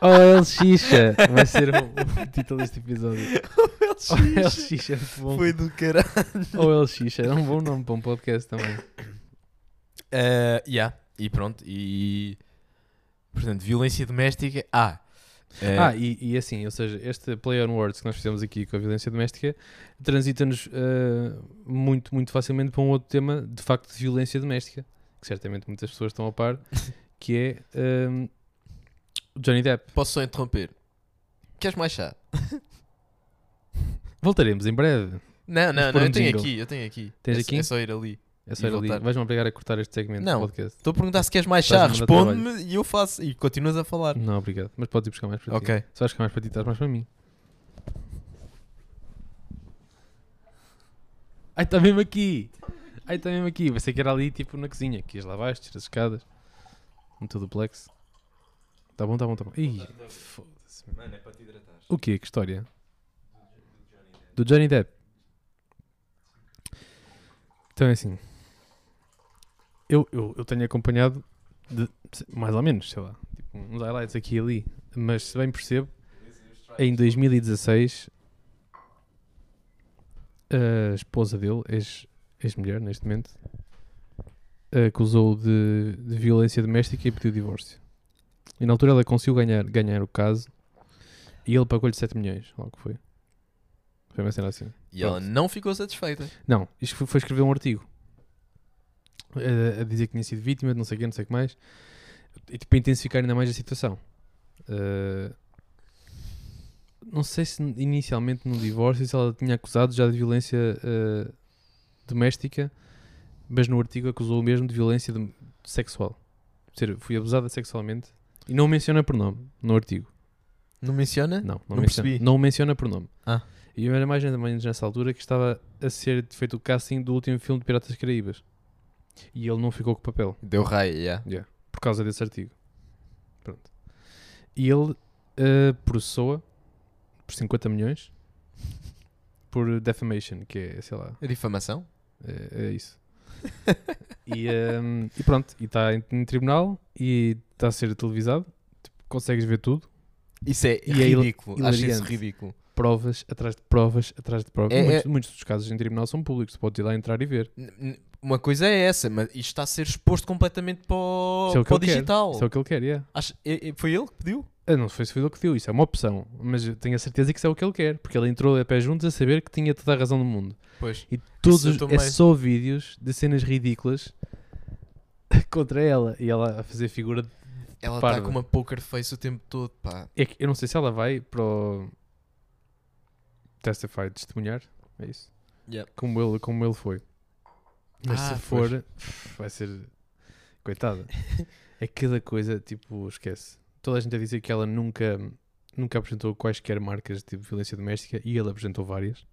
Oh, El Xixa. Vai ser o, o título deste episódio. Oh, El
LX
Xixa. Muito bom.
Foi do caralho.
Oh, El Xixa. É um bom nome para um podcast também.
Ah, yeah. E pronto. E. Portanto, violência doméstica. Ah! eh,
Ah, e, e assim, ou seja, este Play on Words que nós fizemos aqui com a violência doméstica transita-nos ah, muito, muito facilmente para um outro tema, de facto, de violência doméstica, que certamente muitas pessoas estão a par, que é ah, o Johnny Depp.
Posso só interromper? Queres mais chá?
Voltaremos em breve.
Não, não,
pôr
não,
um
eu tenho
jingle.
aqui, eu tenho aqui.
Tens
é,
aqui?
É só ir ali.
É só
E
ir ali.
voltar.
Vais-me obrigar a cortar este segmento
Não.
do podcast.
Estou a perguntar se queres mais chá,
Estás-me a dar
responde-me e eu faço. E continuas a falar.
Não, obrigado. Mas podes ir buscar mais para ti.
Ok.
Se vais buscar é mais para ti, estás mais para mim. Ai, está mesmo aqui! Ai, está mesmo aqui. Pensei que era ali, tipo, na cozinha. Que ias lá abaixo, tiras as escadas. Um todo duplex. Tá bom, tá bom, tá bom. Ih, foda-se. meu.
Mano, é para te hidratar.
O quê? Que história? Do Johnny Depp. Então é assim. Eu, eu, eu tenho acompanhado de- mais ou menos, sei lá, tipo, uns highlights aqui e ali. Mas se bem percebo, em 2016 a esposa dele, ex- ex-mulher neste momento, acusou-o de, de violência doméstica e pediu divórcio. E na altura ela conseguiu ganhar, ganhar o caso e ele pagou-lhe 7 milhões, logo foi. Foi uma cena assim.
E ela não ficou satisfeita.
Não, isto foi, foi escrever um artigo Eh, a dizer que tinha sido vítima de não sei o que, não sei o que mais, e tipo, a intensificar ainda mais a situação. Eh, Ah, não sei se inicialmente no divórcio se ela tinha acusado já de violência eh, doméstica, mas no artigo acusou mesmo de violência dom- sexual. Ou seja, fui abusada sexualmente e não menciona por nome no artigo.
Não menciona?
Não,
Não
não, menciona,
percebi.
não o menciona por nome.
Ah.
E eu era mais ou menos nessa altura que estava a ser feito o casting do último filme de Piratas das Caraíbas. E ele não ficou com o papel
Deu raio, yeah.
por causa desse artigo. Pronto. E ele eh, processou-a por 50 milhões por defamation, que é, sei lá,
É difamação?
é, é isso. e, ehm, e pronto, e está em, em tribunal e está a ser televisado. Tipo, consegues ver tudo,
Isso é
E é hil-
ridículo. Acho isso
hilariante.
ridículo.
provas atrás de provas atrás de provas.
É-
muitos,
é-
muitos dos casos em tribunal são públicos, tu podes ir lá entrar e ver.
N- n- Uma coisa é essa, mas isto está a ser exposto completamente para o,
Isso é o que
para o
ele quer.
digital.
Isso é o que ele quer, yeah.
Acho- é- é- foi ele que pediu?
Eu não sei se foi ele que deu, isso é uma opção, mas eu tenho a certeza que isso é o que ele quer, porque ele entrou a pé juntos a saber que tinha toda a razão do mundo.
Pois.
Todos
eu
os- é
também.
só vídeos de cenas ridículas contra ela e ela a fazer figura. De...
Ela está
Parva.
com uma poker face o tempo todo, pá.
É que eu não sei se ela vai para o testify, testemunhar, é isso?
Yep.
Como, ele, como ele foi. Mas
Ah,
se for, vai ser. Coitada. É cada coisa, tipo, esquece. Toda a gente a dizer que ela nunca, nunca apresentou quaisquer marcas de tipo, violência doméstica e ele apresentou várias.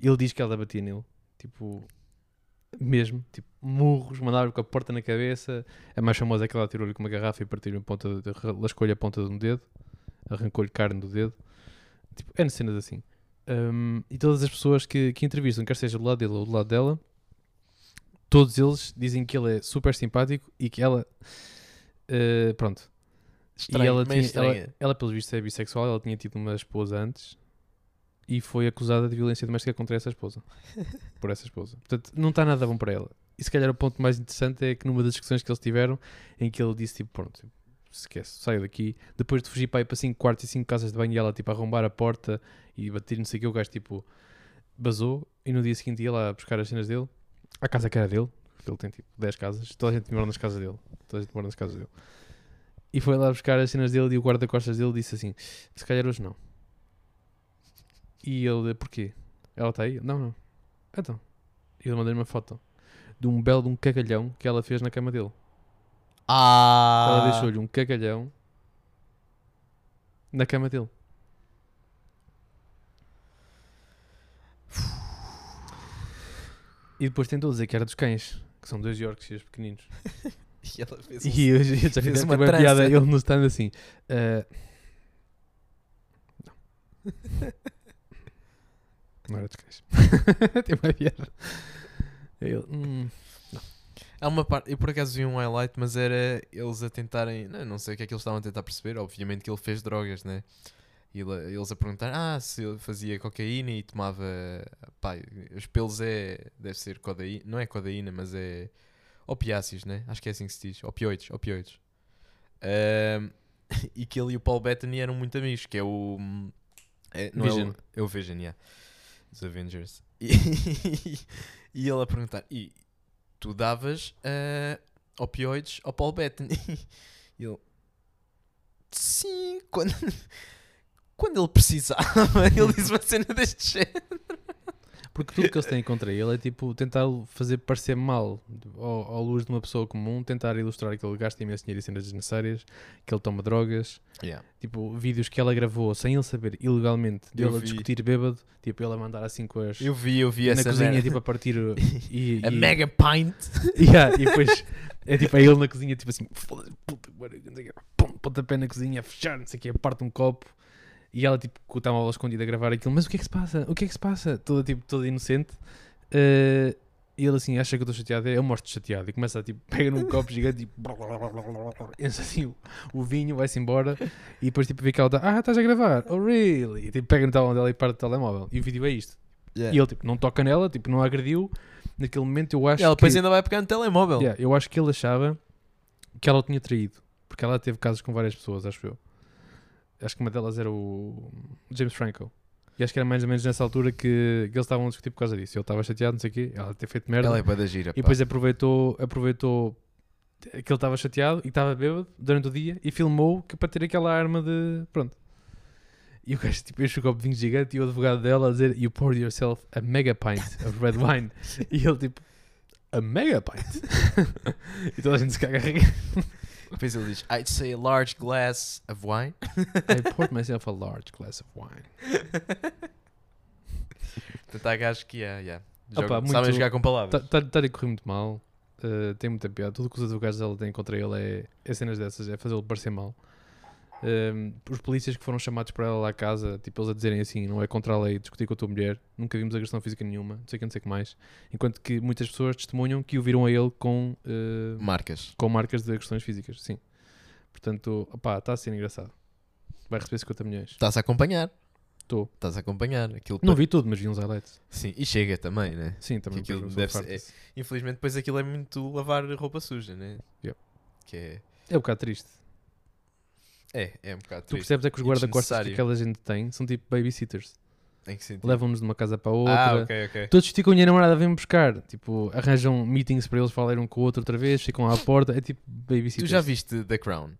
Ele diz que ela batia nele. Tipo, mesmo. Tipo, murros, mandaram com a porta na cabeça. A mais famosa é que ela tirou-lhe com uma garrafa e partiu-lhe a ponta, de- lascou-lhe a ponta de um dedo. Arrancou-lhe carne do dedo. Tipo, é cenas assim. Hum, e todas as pessoas que, que entrevistam, quer seja do lado dele ou do lado dela, todos eles dizem que ele é super simpático e que ela. eh, pronto.
Estranho,
e ela,
meio
tinha,
estranha.
ela, ela, pelos vistos, é bissexual. Ela tinha tido uma esposa antes e foi acusada de violência doméstica contra essa esposa. por essa esposa. Portanto, não está nada bom para ela. E se calhar o ponto mais interessante é que numa das discussões que eles tiveram, em que ele disse tipo, pronto, tipo, esquece, saio daqui. Depois de fugir para aí para 5 quartos e 5 casas de banho e ela tipo a arrombar a porta e bater, não sei o que, o gajo tipo basou e no dia seguinte ia lá buscar as cenas dele, a casa que era dele, porque ele tem tipo 10 casas, toda a gente mora nas casas dele, toda a gente mora nas casas dele. E foi lá buscar as cenas dele e o guarda-costas dele disse assim: se calhar hoje não. E ele, "É porquê? Ela está aí? Não, não. Então. E ele mandou-lhe uma foto de um belo de um cagalhão que ela fez na cama dele.
Ah!
Ela deixou-lhe um cagalhão na cama dele. E depois tentou dizer que era dos cães, que são dois Yorkshires pequeninos.
E ela fez um...
E eu, eu já
fez
fiz
uma
uma piada,
trança.
ele no stand assim. ah, não. Não era dos cães. Tem uma piada. Ele, hum,
Há uma parte, eu por acaso vi um highlight, mas era eles a tentarem, não, não sei o que é que eles estavam a tentar perceber, obviamente que ele fez drogas, né? E ele- eles a perguntar, ah, se ele fazia cocaína e tomava, pá, os pelos é, deve ser codeína, não é codeína, mas é opiáceos, né? Acho que é assim que se diz, opioides, opioides. Ahm, e que ele e o Paul Bettany eram muito amigos, que é o... É, não
Vision.
É o, é o Vision, yeah. Os Avengers. E, e ele a perguntar, e tu davas ah, opioides ao Paul Bettany? E ele, sim, quando, quando ele precisava, ele disse uma cena deste género.
Porque tudo que eles têm contra ele é tipo tentar fazer parecer mal ao, à luz de uma pessoa comum, tentar ilustrar que ele gasta imenso dinheiro em cenas desnecessárias, que ele toma drogas, tipo vídeos que ela gravou sem ele saber ilegalmente,
Eu
dele a
vi.
discutir bêbado, tipo ele a mandar assim com as.
Eu vi, eu vi
na
essa
cozinha,
merda.
tipo a partir. o- E,
a
e-
mega pint.
Yeah, e depois é tipo é ele na cozinha, tipo assim, foda-se, puta, agora, não sei o quê, pum, pontapé na cozinha, a fechar, não sei o que, parte um copo. E ela, tipo, com o telemóvel escondido a gravar aquilo, mas o que é que se passa? O que é que se passa? Toda, tipo, toda inocente. Eh, e ele, assim, acha que eu estou chateado, eu mostro chateado. E começa a, tipo, pega num copo gigante e blá, blá, blá, blá, blá, blá, enche assim o, o vinho, vai-se embora. E depois, tipo, vê que ela está, ah, estás a gravar, oh really? E, tipo, pega no telemóvel dela e parte o telemóvel. E o vídeo é isto. E ele, tipo, não toca nela, tipo, não a agrediu. Naquele momento, eu acho
Ela
que...
depois ainda vai pegar no telemóvel.
Yeah, eu acho que ele achava que ela o tinha traído. Porque ela teve casos com várias pessoas, acho eu. Acho que uma delas era o James Franco. E acho que era mais ou menos nessa altura que, que eles estavam a discutir por causa disso. Ele estava chateado, não sei o quê, ela ter feito merda.
Ela é para da gira.
e depois aproveitou, aproveitou que ele estava chateado e que estava bêbado durante o dia e filmou que para ter aquela arma de. Pronto. E o gajo tipo, enche o copo de vinho gigante e o advogado dela a dizer You poured yourself a mega pint of red wine. e ele tipo, a mega pint? e toda a gente se caga a rir.
Depois ele diz, I'd say a large glass of wine.
I poured myself a large glass of wine.
Portanto, há gajos que yeah, yeah.
Opa,
Jogam-
muito- Tá,
sabem jogar com palavras.
Está a correr muito mal. eh, tem muita piada. Tudo que os advogados dela têm contra ele é, é cenas dessas, é fazê-lo parecer mal. Ehm, os polícias que foram chamados para ela lá à casa, tipo, eles a dizerem assim: não é contra a lei discutir com a tua mulher, nunca vimos agressão física nenhuma, não sei o que, não sei o que mais. Enquanto que muitas pessoas testemunham que o viram a ele com, eh,
Marcas.
com marcas de agressões físicas, sim. Portanto, opá, está a ser engraçado. Vai receber 50 milhões.
Estás a acompanhar.
Tô.
Estás a acompanhar. Aquilo
Não
pa-
vi tudo, mas vi uns highlights.
Sim, e chega também, né?
Sim, também
Que aquilo
depois
deve
vou
ser-
farto.
Infelizmente, depois aquilo é muito lavar roupa suja, né?
Yep.
Que é.
é um bocado triste.
É, é um bocado
Tu
triste.
percebes é que os
E
guarda-costas que
desnecessário.
aquela gente tem são tipo babysitters.
Em que sentido?
Levam-nos de uma casa para a outra.
ah, ok, ok.
Todos ficam e a namorada vem buscar. Tipo, arranjam meetings para eles falarem um com o outro outra vez, ficam à porta. É tipo
Tu,
babysitters.
já viste The Crown?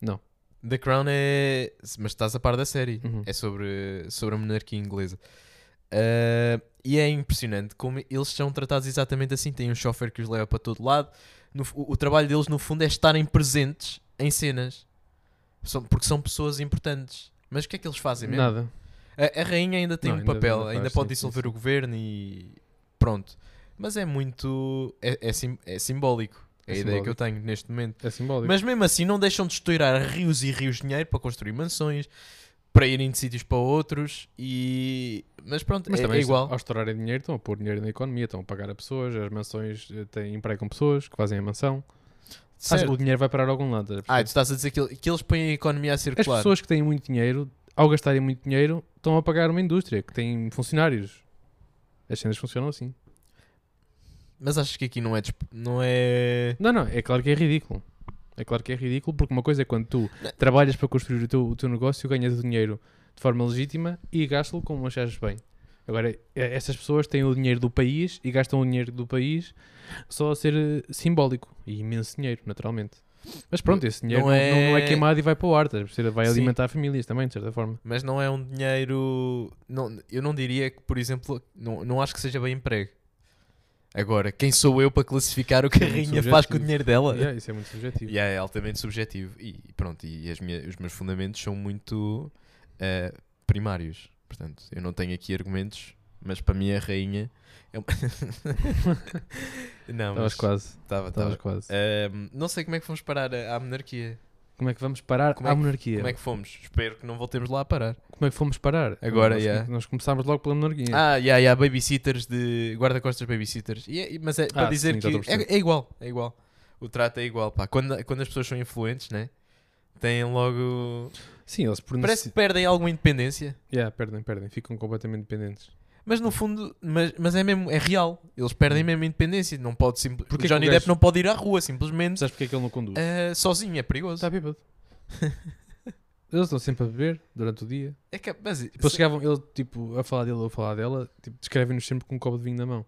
Não.
The Crown é. Mas estás a par da série.
Uhum.
É sobre, sobre a monarquia inglesa. Ah, e é impressionante como eles são tratados exatamente assim. Tem um chofer que os leva para todo lado. No fu- o, o trabalho deles, no fundo, é estarem presentes em cenas. São- porque são pessoas importantes. Mas o que é que eles fazem mesmo?
Nada.
A, a rainha ainda tem
Não,
um
ainda-
papel,
ainda
ainda,
faz,
pode
sim, sim,
dissolver
sim.
o governo e pronto. Mas é muito. É, é, sim- é simbólico. É,
É
a ideia que eu tenho neste momento.
É simbólico.
Mas mesmo assim, não deixam de estourar rios e rios de dinheiro para construir mansões, para irem de sítios para outros e. Mas pronto,
Mas
é,
também
é
isto-
igual.
Ao estourarem dinheiro, estão a pôr dinheiro na economia, estão a pagar a pessoas, as mansões eh, têm empregam pessoas que fazem a mansão. Ah,
Certo.
o dinheiro vai parar a algum lado.
Ah, tu estás a dizer que, ele- que eles põem a economia a
As
circular.
pessoas que têm muito dinheiro, ao gastarem muito dinheiro, estão a pagar uma indústria que tem funcionários. As cenas funcionam assim.
Mas achas que aqui não é. disp- Não é...
Não, não, é claro que é ridículo. É claro que é ridículo, porque uma coisa é quando tu trabalhas para construir o teu, o teu negócio, ganhas o dinheiro de forma legítima e gastas-lo como achares bem. Agora, e- essas pessoas têm o dinheiro do país e gastam o dinheiro do país só a ser eh, simbólico e imenso dinheiro, naturalmente. Mas pronto, esse dinheiro não,
Não
não- não é...
é-
queimado e vai para o ar, estás a perceber? vai
Sim.
alimentar famílias também, de certa forma.
Mas não é um dinheiro. Não, eu não diria que, por exemplo, não, não acho que seja bem emprego. Agora, quem sou eu para classificar o que a
Muito
rainha faz com o
subjetivo.
dinheiro dela?
Yeah, isso é muito subjetivo.
E é altamente subjetivo. E pronto, e as minha- os meus fundamentos são muito eh, primários. Portanto, eu não tenho aqui argumentos, mas para mim a rainha é uma... Não,
Estavas
mas tá-
quase,
estava,
estavas
estava.
quase.
Ahm, não sei como é que fomos parar a- à monarquia.
Como é que vamos parar
como
à
é que-
monarquia?
Como é que fomos? Espero que não voltemos lá a parar.
Como é que fomos parar?
Agora,
nós,
yeah.
nós começámos logo pela monarquia.
Ah, e há e há babysitters de guarda-costas babysitters. E é- e- mas é para
Ah,
dizer
sim, já
que
estou a perceber.
é, é igual, é igual. O trato é igual, pá. Quando, quando as pessoas são influentes, né? Têm logo.
Sim, eles por
Parece que perdem alguma independência.
Yeah, perdem, perdem, ficam completamente dependentes.
Mas no fundo, mas, mas é mesmo, é real. Eles perdem
Hum.
mesmo a independência. Não pode simpl...
Porquê que
o Johnny
o gajo-
Depp não pode ir à rua, simplesmente
Sabes porque é que ele não conduz?
ah, sozinho, é perigoso.
Está bêbado. Eles estão sempre a beber durante o dia.
É que, mas,
Depois chegavam, ele, tipo, a falar dele ou a falar dela, tipo, descrevem-nos sempre com um copo de vinho na mão.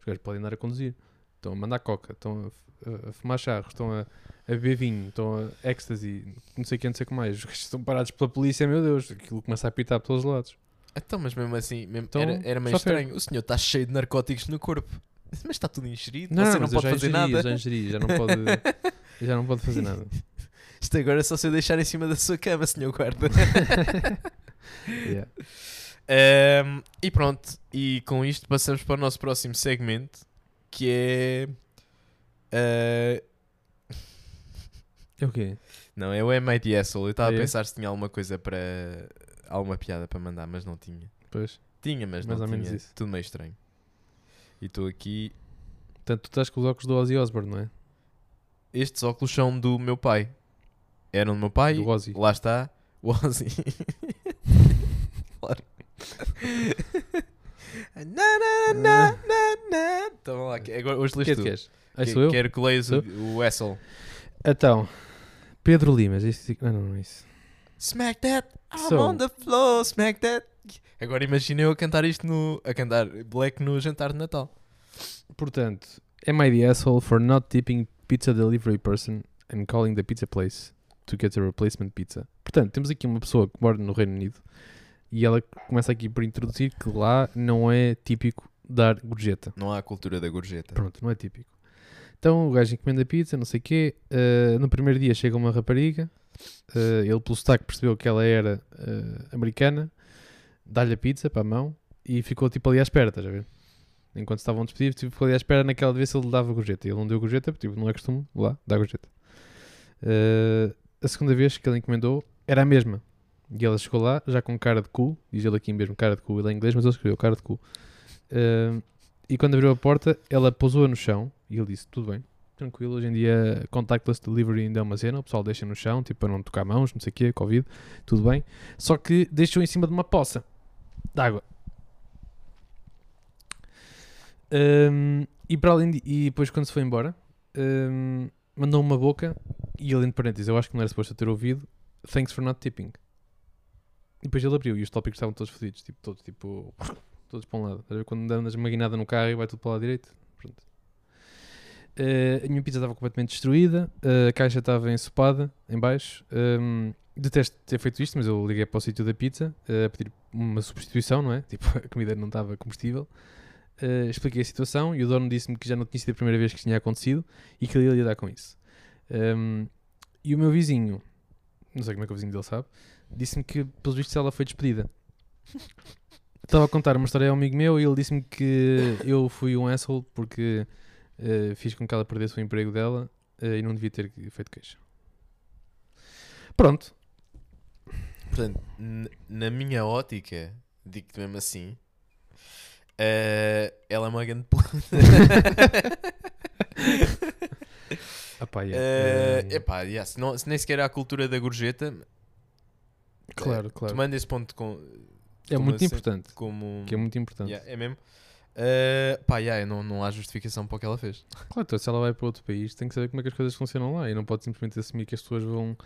Os gajos podem andar a conduzir. Estão a mandar coca, estão a f- a, a fumar charros, estão a, a beber vinho, estão a ecstasy, não sei o que, não sei o que mais. Os gajos estão parados pela polícia, meu Deus, aquilo começa a pitar por todos os lados.
então, mas mesmo assim, mesmo-
Então,
era, era meio
só fé.
estranho. O senhor está cheio de narcóticos no corpo. Mas está tudo ingerido,
Não,
você
não,
não
mas eu
pode
já
fazer
ingeri, eu
nada.
já ingeri, já não pode, já não pode fazer nada.
Isto agora é só se eu deixar em cima da sua cama, senhor guarda.
Yeah.
Ahm, e pronto, e com isto passamos para o nosso próximo segmento, que é... ah,
É o quê?
Não, é o MIT Asshole. Eu estava
É?
a pensar se tinha alguma coisa para. alguma piada para mandar, mas não tinha.
Pois.
Tinha, mas
Mais
não
ou
tinha.
menos isso.
Tudo meio estranho. E estou aqui.
Portanto, tu estás com os óculos do Ozzy Osbourne, não é?
Estes óculos são do meu pai. Eram do meu pai.
Do Ozzy.
Lá está. O Ozzy. claro. na, na, na, na, na. Então lá, que- agora hoje
O que é
lês
que
tu.
queres? Aí
Que-
sou eu?
Quero que leias
Sou
o, o Essel.
Então, Pedro Limas. Este... Não, não, não é isso.
Smack that, I'm
So-
on the floor, smack that. Agora imagina eu a cantar isto no. a cantar Black no jantar de Natal.
Portanto, am I the asshole for not tipping pizza delivery person and calling the pizza place to get a replacement pizza? Portanto, temos aqui uma pessoa que mora no Reino Unido e ela começa aqui por introduzir que lá não é típico dar gorjeta.
Não há a cultura da gorjeta.
Pronto, não é típico. Então o gajo encomenda pizza, não sei o quê. ah, no primeiro dia chega uma rapariga, ah, ele pelo sotaque percebeu que ela era ah, americana, dá-lhe a pizza para a mão e ficou tipo ali à espera, estás a ver? Enquanto estavam despedidos, tipo, ficou ali à espera naquela de ver se ele lhe dava gorjeta. E ele não deu gorjeta, porque tipo, não é costume, lá, dá gorjeta. Ah, a segunda vez que ele encomendou era a mesma. E ela chegou lá, já com cara de cu, diz ele aqui mesmo cara de cu, ele é inglês, mas ele escreveu cara de cu. Ah, e quando abriu a porta, ela pousou-a no chão e ele disse: Tudo bem, tranquilo. Hoje em dia, contactless delivery ainda é uma cena. O pessoal deixa no chão, tipo, para não tocar mãos, não sei o quê, Covid, tudo bem. Só que deixou em cima de uma poça de água. Ahm, Hum, e, para além de- e depois, quando se foi embora, ahm, mandou uma boca e ele, entre parênteses, eu acho que não era suposto eu ter ouvido. Thanks for not tipping. E depois ele abriu e os tópicos estavam todos fodidos, tipo, todos, tipo, todos para um lado. Estás a ver Quando andas maguinada no carro e vai tudo para o lado direito. Pronto. Eh, a minha pizza estava completamente destruída, eh, a caixa estava ensopada em baixo. Hum, detesto ter feito isto, mas eu liguei para o sítio da pizza eh, a pedir uma substituição, não é? Tipo, a comida não estava comestível. Eh, expliquei a situação e o dono disse-me que já não tinha sido a primeira vez que isto tinha acontecido e que ele ia lidar com isso. Hum, e o meu vizinho, não sei como é que o vizinho dele sabe, disse-me que, pelos vistos, ela foi despedida. Estava a contar uma história a um amigo meu e ele disse-me que eu fui um asshole porque eh, fiz com que ela perdesse o emprego dela eh, e não devia ter feito queixa. Pronto.
Portanto, n- na minha ótica, digo-te mesmo assim, eh, ela é uma grande puta.
Ah pá, yeah.
Eh,
Eh,
epá, yeah, se, não- se nem sequer há a cultura da gorjeta, eh,
claro, claro.
tomando esse ponto com-
É
como
muito
é assim?
importante.
como.
Que é muito importante.
Yeah, é mesmo? Eh, pá, yeah, não, não há justificação para o que ela fez.
Claro, então, se ela vai para outro país, tem que saber como é que as coisas funcionam lá e não pode simplesmente assumir que as pessoas vão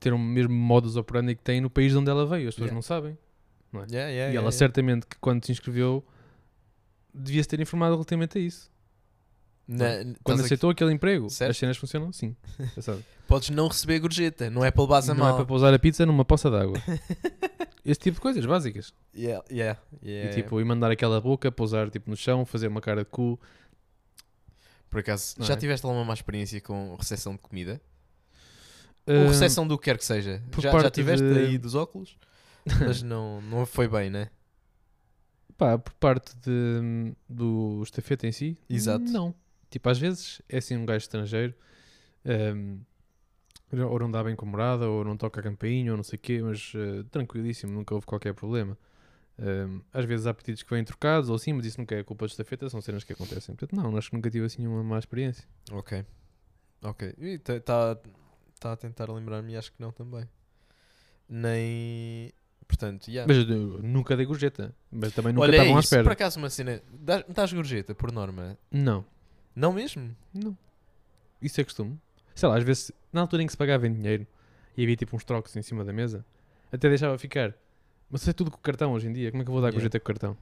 ter o mesmo modus operandi que têm no país de onde ela veio. As pessoas
Yeah. É,
não sabem.
Yeah, yeah,
E
yeah,
ela
yeah.
certamente que quando se inscreveu devia-se ter informado relativamente a isso.
Na- n-
Quando
estás aqui-
aceitou aquele emprego,
Certo.
as cenas funcionam assim. Já sabe.
Podes não receber gorjeta, não é para levar a
não
mal.
é para pousar a pizza numa poça d'água. Esse tipo de coisas básicas.
Yeah, yeah, yeah,
e tipo, e mandar aquela boca, pousar tipo, no chão, fazer uma cara de cu.
Por acaso,
Não
já
é?
tiveste alguma má experiência com recepção de comida?
Ahm,
Ou recepção do que quer que seja?
por
Já, já
parte
tiveste
de-
aí dos óculos? Mas não, não foi bem, né?
pá, por parte de, do estafeta em si,
Exato.
não. Tipo, às vezes é assim um gajo estrangeiro, ahm, ou não dá bem com a morada, ou não toca a campainha, ou não sei o quê, mas ah, tranquilíssimo, nunca houve qualquer problema. Ahm, às vezes há pedidos que vêm trocados ou assim, mas isso nunca é culpa do estafeta, são cenas que acontecem. Portanto, não, acho que nunca tive assim uma má experiência.
Ok. Ok. Está tá a tentar lembrar-me e acho que não também. Nem. Portanto, yeah.
Mas eu nunca dei gorjeta. Mas também nunca
Olha, é
estavam à
isso.
espera.
Por acaso, uma cena. Dás, dás gorjeta, por norma?
Não,
Não mesmo?
não. Isso é costume. Sei lá, às vezes, na altura em que se pagava em dinheiro e havia tipo uns trocos em cima da mesa, até deixava ficar. Mas isso é tudo com cartão hoje em dia. Como é que eu vou dar
Yeah.
gorjeta com cartão?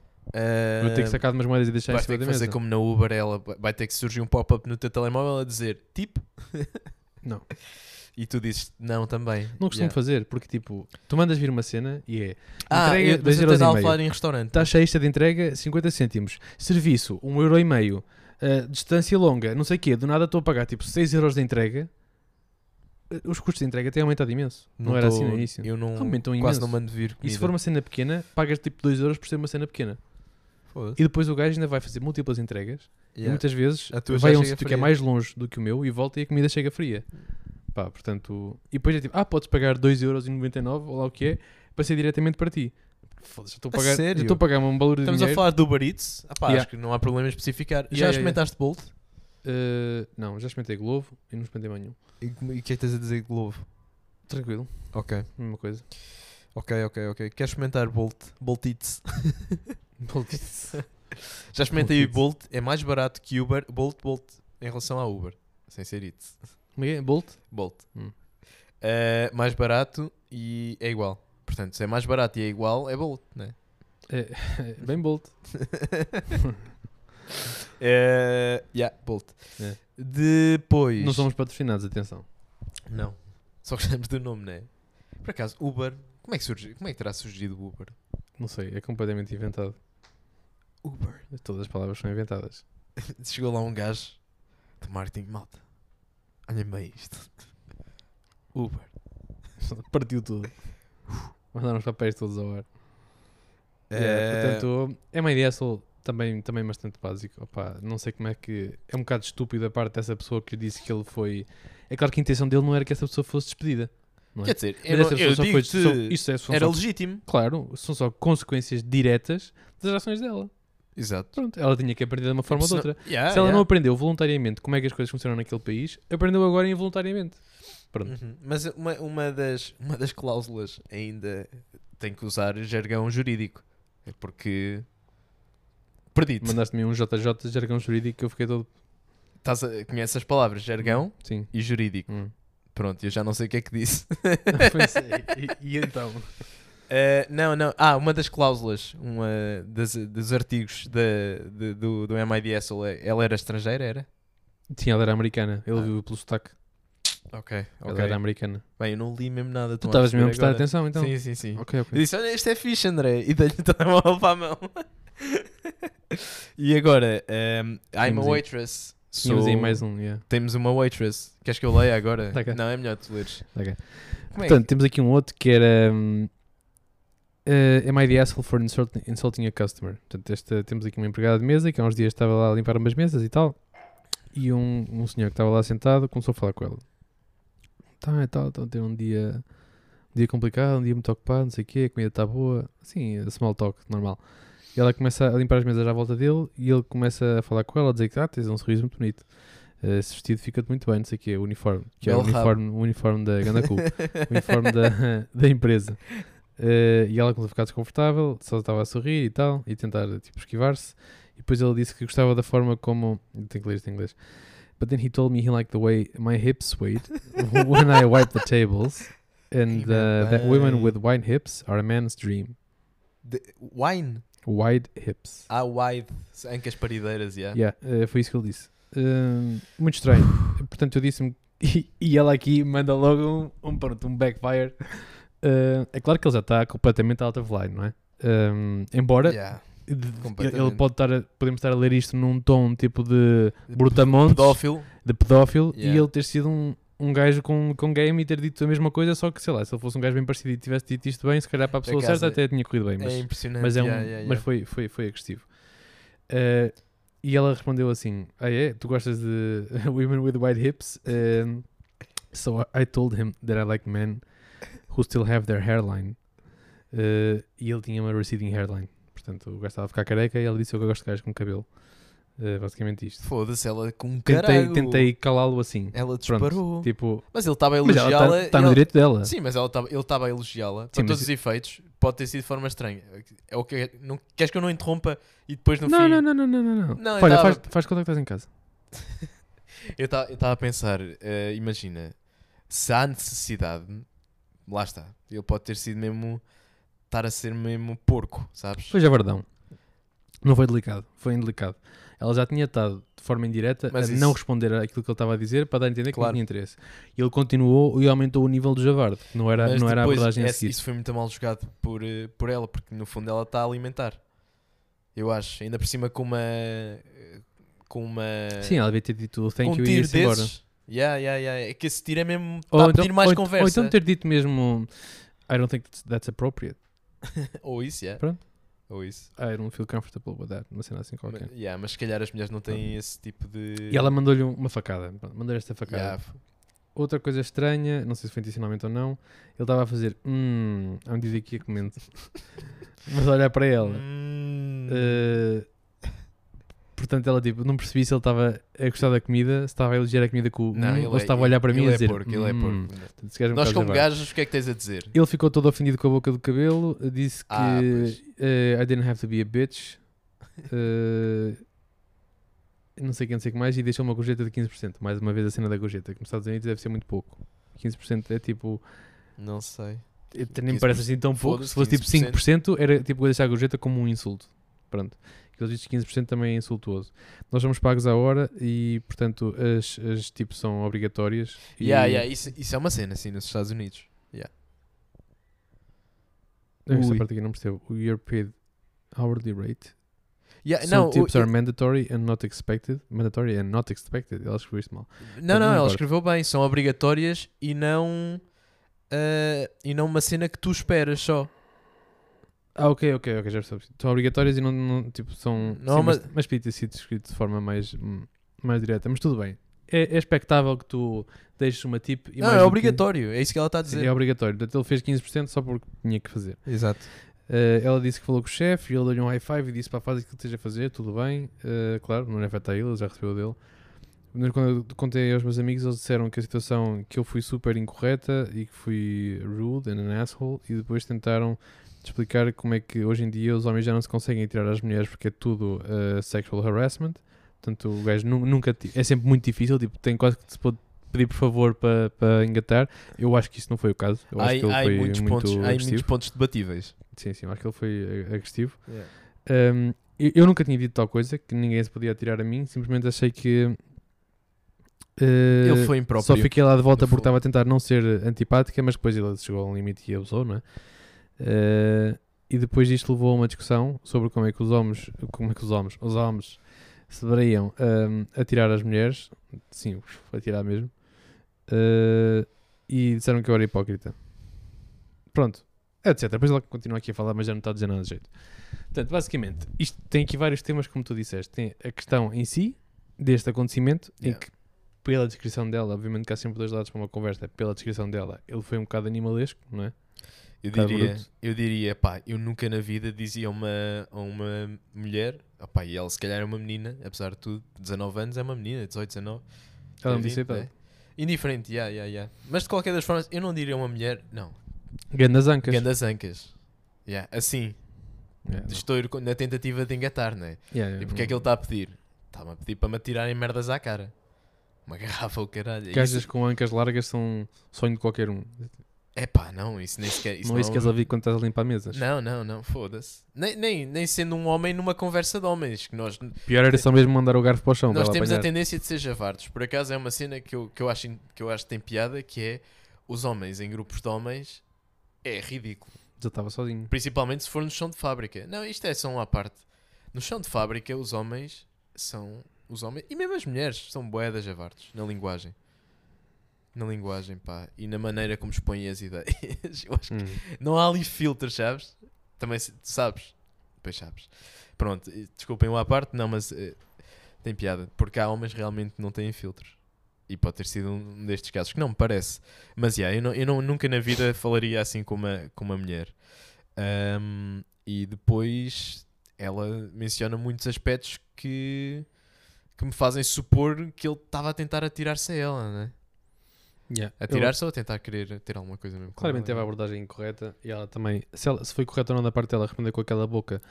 Vou ter que sacar umas moedas e deixar em
Vais
cima
ter
da
que fazer
mesa.
como na Uber, ela vai- vai ter que surgir um pop-up no teu telemóvel a dizer tipo.
Não.
E tu dizes não também.
Não costumo
Yeah.
fazer, porque tipo, tu mandas vir uma cena e é
Ah,
Entrega
eu, mas
dois
eu
euros e
estava a
meio. Tá.
falar em restaurante.
taxa extra de entrega 50 cêntimos, serviço 1,5 euro, e meio. Ah, distância longa, não sei o quê, do nada estou a pagar tipo 6 euros de entrega. Ah, Os custos de entrega têm aumentado imenso. Não, era
tô-
assim no início.
Eu não,
Aumentam
quase
um imenso.
não mando vir
E se for uma cena pequena, pagas tipo 2 euros por ser uma cena pequena. E depois o gajo ainda vai fazer múltiplas entregas. E muitas vezes
A tua
vai
já
a um
chega
sítio que
fria.
é mais longe do que o meu e volta e a comida chega fria. Pá, portanto... E depois é tipo, ah, podes pagar 2,99€ ou lá o que é, para ser diretamente para ti. Foda-se, já estou a
A
pagar, já
sério?
estou a pagar um valor de
Estamos a
dinheiro.
falar do Uber Eats. Ah, pá,
Yeah.
Acho que não há problema em especificar.
Yeah,
já
yeah,
experimentaste Bolt?
Uh, não, já experimentei Glovo e não experimentei mais nenhum.
E o que é que estás a dizer de Globo?
Tranquilo,
Ok,
mesma coisa.
ok, ok, ok. Queres experimentar Bolt? Bolt Eats. já experimentei Bolt. É mais barato que Uber. Bolt, Bolt. Em relação à Uber. Sem ser Eats.
Como é que é? Bolt?
Bolt.
Hum.
Eh, mais barato e é igual. Portanto, se é mais barato e é igual, é Bolt, né?
É, bem Bolt.
é yeah, Bolt.
É.
Depois.
Não somos patrocinados, atenção.
Não. Só gostamos do nome, né? Por acaso, Uber, como é que, surge, como é que terá surgido o Uber?
Não sei, é completamente inventado.
Uber.
Todas as palavras são inventadas.
Chegou lá um gajo de marketing, malta. Olhem bem isto. Uber.
Partiu tudo. Mandaram os papéis todos ao ar.
Eh,
Yeah, portanto, é uma ideia só também, também bastante básico. Opa, não sei como é que. É um bocado estúpido a parte dessa pessoa que disse que ele foi. É claro que a intenção dele não era que essa pessoa fosse despedida. não é?
Quer dizer,
Mas
eu,
essa pessoa
eu
só foi.
digo-te,
só- isso é, são
era
só-
legítimo.
claro, são só consequências diretas das ações dela.
Exato.
Pronto, ela tinha que aprender de uma forma ou de outra.
Se não- ah, Yeah,
Se ela não
yeah.
aprendeu voluntariamente como é que as coisas funcionam naquele país, aprendeu agora involuntariamente. Pronto.
Uhum. Mas uma, uma, das, uma das cláusulas ainda tem que usar jargão jurídico. É porque. Perdi-te.
Mandaste-me um JJ de jargão jurídico que eu fiquei todo.
Estás a- Conheces as palavras jargão
Sim.
e jurídico.
Hum.
Pronto, eu já não sei o que é que disse.
Pois é, e- e então?
Uh, não, não. Ah, uma das cláusulas, uma das, dos artigos da, de- do, do MIDS, ela- é, ela era estrangeira, era?
Sim, ela era americana. Ele
Ah.
viu pelo sotaque.
Ok,
Ela era americana.
Bem, eu não li mesmo nada.
Tu
estão
estavas mesmo a
perceber
prestar
agora.
atenção, então?
Sim, sim, sim.
Ok, ok.
Eu disse, olha, isto é fixe, André. E dei-lhe o telemóvel para a mão. e agora, um, I'm a
Tínhamos aí-
waitress.
Tínhamos
Sou-
aí mais um, yeah.
Temos uma waitress. Queres que eu leia agora?
Tá cá.
Não, é melhor tu leres.
Ok.
Como é que-
Portanto, temos aqui um outro que era. hum, eh, am I the asshole for insulting, insulting a customer? Portanto, esta, temos aqui uma empregada de mesa que há uns dias estava lá a limpar umas mesas e tal. E um, um senhor que estava lá sentado começou a falar com ela. Tá, e tal, estão a ter um dia, um dia complicado, um dia muito ocupado, não sei o quê, a comida está boa. Assim, small talk, normal. E ela começa a limpar as mesas à volta dele e ele começa a falar com ela, a dizer que ah, tens um sorriso muito bonito. Eh, Esse vestido fica-te muito bem, não sei o quê, o uniforme. Que é o
Belo rabo.
uniforme, o uniforme da Gandacu o uniforme da, da empresa. Eh, e ela começou a ficar desconfortável, só estava a sorrir e tal, e tentar tipo, esquivar-se. E depois ele disse que gostava da forma como. Tem que ler isto em inglês. But then he told me he liked the way my hips swayed when I wipe the tables. And uh, that women with wide hips are a man's dream.
De- Wine.
Wide hips.
Ah, wide. Ancas parideiras, yeah.
Yeah, eh, foi isso que ele disse. Hum, muito estranho. Portanto, eu disse-me. E, e ela aqui manda logo um, um, pronto, um backfire. Eh, é claro que ele já está completamente out of line, não é? Hum, embora
Yeah.
de- de- ele
completamente.
pode estar a, podemos estar a ler isto num tom tipo de brutamontes,
Pedófilo.
de pedófilo, e
Yeah.
ele ter sido um, um gajo com, com game e ter dito a mesma coisa, só que sei lá, se ele fosse um gajo bem parecido e tivesse dito isto bem, se calhar para a pessoa
acaso,
certa até tinha corrido bem. Mas
é impressionante.
mas, é um,
yeah, yeah,
mas
yeah.
foi, foi, foi agressivo. Eh, e ela respondeu assim: Ah, é? Tu gostas de women with wide hips? Um, so I I told him that I like men who still have their hairline. Eh, e ele tinha uma receding hairline. Portanto, o gajo estava a ficar careca e ela disse: Eu gosto de gajos com cabelo. Eh, basicamente isto.
Foda-se, ela com
Tentei,
caralho.
tentei calá-lo assim.
Ela
Pronto,
disparou.
Tipo,
Mas ele estava a
mas ela
elogiá-la.
está tá no
ele-
direito dela.
Sim, mas ela tava- ele estava a elogiá-la. Para
mas
todos os efeitos, pode ter sido de forma estranha. É o que, não, queres que eu não interrompa e depois no
não,
fim.
não, não, não, não, não,
Não, eu
Olha,
tava-
faz, faz conta que estás em casa.
Eu estava a pensar, eh, imagina, se há necessidade, lá está. Ele pode ter sido mesmo. estar a ser mesmo porco, sabes?
Foi javardão. é, Não foi delicado, foi indelicado. Ela já tinha estado de forma indireta
Mas
a
isso-
não responder àquilo que ele estava a dizer para dar a entender que
Claro.
não tinha interesse. E ele continuou e aumentou o nível do javardo, que não era,
Mas
não era a
depois,
abordagem a
essa-
seguir.
Isso foi muito mal jogado por, eh, por ela, porque no fundo ela está a alimentar. Eu acho. Ainda por cima com uma. eh, com uma.
Sim, ela devia ter dito thank
é com
you
um
e
tiro
ia-se embora.
desses. Yeah, yeah, yeah. É que esse tiro é mesmo. Está a pedir mais
ou, ent-
conversa.
ou então ter dito mesmo I don't think that's- that's appropriate.
Ou isso, yeah.
Pronto.
Ou isso.
I don't feel comfortable with that. Uma cena assim qualquer.
Mas, yeah, mas se calhar as mulheres não têm esse tipo de.
E ela é mandou-lhe uma facada. Pronto, Mandou-lhe esta facada.
Yeah.
Outra coisa estranha, não sei se foi intencionalmente ou não, ele estava a fazer hum, à medida que ia comendo. Mas olhar para ela.
Hum.
Uh, portanto, ela tipo, não percebi se ele estava a gostar da comida, se estava a elogiar a comida com o
Não,
hum,
ele
ou
é-
se estava a olhar para mim
ele
e
é
a dizer.
porco, ele é
"Hum".
porco.
Esse gajo é um
Nós,
bocado
como
javardo.
gajos, o que é que tens a dizer?
Ele ficou todo ofendido com a boca do cabelo, disse que
Ah, pois.
eh, I didn't have to be a bitch. eh, não sei quem, não sei o que mais, e deixou uma gorjeta de 15%. Mais uma vez a cena da gorjeta, que nos Estados Unidos deve ser muito pouco. 15% é tipo.
Não sei.
Até nem parece assim tão pouco.
Foda-se,
Se fosse tipo
15%.
5%, era tipo eu deixar a gorjeta como um insulto. Pronto. Aqueles vistos 15% também é insultuoso. Nós somos pagos à hora e, portanto, as, as tipo são obrigatórias. E
Yeah, yeah, isso, isso é uma cena, assim, nos Estados Unidos.
Esta
Ui.
parte aqui não percebo. O year paid hourly rate.
Yeah,
Some
o-
tips are mandatory and not expected. Mandatory and not expected. Ela escreveu isto mal.
Não,
Mas não
não, ela
importa.
escreveu bem, são obrigatórias e não ah, e não uma cena que tu esperas só.
é Ah, ok, ok, ok, já percebi. São obrigatórias e não, não- tipo, são.
Não,
sim, mas,
mas-
mas podia ter sido escrito é de forma mais, hum, mais direta. Mas tudo bem. É, é expectável que tu deixes uma tip e
não,
mais
é
do que-
obrigatório, é isso que ela está a
Sim,
dizer.
É obrigatório. Portanto, ele fez 15% só porque tinha que fazer.
Exato.
Eh, ela disse que falou com o chefe e ele deu-lhe um high five e disse para faz aquilo que esteja a fazer, tudo bem. Eh, claro, não lhe afeta a ele, ele já recebeu o dele. Mas Quando eu contei aos meus amigos, eles disseram que a situação que eu fui super incorreta e que fui rude and an asshole. E depois tentaram explicar como é que hoje em dia os homens já não se conseguem tirar às mulheres porque é tudo eh, sexual harassment. Portanto, o gajo nu- nunca. ti- É sempre muito difícil, tipo, tem quase que se pode pedir por favor para para engatar. Eu acho que isso não foi o caso. Eu acho
Há,
que ele
há
foi
muitos
muito
pontos, há
agressivo.
muitos pontos debatíveis.
Sim, sim, eu acho que ele foi eh, agressivo. Ahm, eu, eu nunca tinha dito tal coisa que ninguém se podia atirar a mim, simplesmente achei que. eh,
Ele foi impróprio.
Só fiquei lá de volta
No
porque
fundo.
estava a tentar não ser antipática, mas depois ele chegou a um limite e abusou, não é? Eh, e depois disto levou a uma discussão sobre como é que os homens, como é que os homens, os homens se deveriam ahm, atirar as mulheres, sim, atirar mesmo, Eh, e disseram que eu era hipócrita. Pronto, É, etc. Depois ela continua aqui a falar, mas já não está a dizer nada de jeito. Portanto, basicamente, isto tem aqui vários temas, como tu disseste. Tem a questão em si, deste acontecimento,
Yeah.
em que, pela descrição dela, obviamente que há sempre dois lados para uma conversa, pela descrição dela, ele foi um bocado animalesco, não é?
Eu
Cara
diria,
bruto.
eu diria, pá, eu nunca na vida dizia a uma, a uma mulher, ah pá, e ela se calhar é uma menina, apesar de tudo, 19 anos é uma menina, 18, 19.
Ela não
tem
disse então, a
20,
idade.
né? Indiferente, yeah, yeah, yeah. Mas de qualquer das formas, eu não diria a uma mulher, não,
Grandes ancas.
grandes ancas. Yeah, assim,
Yeah,
de estouro co- na tentativa de engatar, não é?
não. Yeah, yeah,
E porque é que ele está a pedir? Está-me a pedir para me atirarem merdas à cara. Uma garrafa, o caralho.
Gajas
Isso-
com ancas largas são sonho de qualquer um.
Epá, é não, isso nem sequer. Isso
não é isso que
é um-
queres ouvir quando estás a limpar mesas.
Não, não, não, foda-se. Nem, nem, nem sendo um homem numa conversa de homens, que nós,
Pior era só mesmo mandar o garfo para o chão.
nós
para ela
temos a
apanhar.
tendência de ser javardos. Por acaso é uma cena que eu, que, eu acho, in- que eu acho que tem piada, que é os homens em grupos de homens é ridículo.
Já estava sozinho.
Principalmente se for no chão de fábrica. Não, isto é só uma parte. No chão de fábrica, os homens são os homens, e mesmo as mulheres, são boedas javardos na linguagem. Na linguagem, pá, e na maneira como expõem as ideias. Eu acho
Hum.
não há ali filtros, sabes? Também se- sabes. Pois sabes. Pronto, eh, desculpem lá à parte, não, mas eh, tem piada. Porque há homens que realmente não têm filtros. E pode ter sido um destes casos, que não me parece. Mas yeah, eu, não, eu não- nunca na vida falaria assim com uma, com uma mulher. Ahm, e depois ela menciona muitos aspectos que, que me fazem supor que ele estava a tentar atirar-se a ela, né?
Yeah. Eu-
Atirar-se ou a tentar querer ter alguma coisa mesmo? com
Claramente
ela,
teve
né?
a abordagem incorreta e ela também, se, ela- se foi correta ou não da parte dela, responder com aquela boca.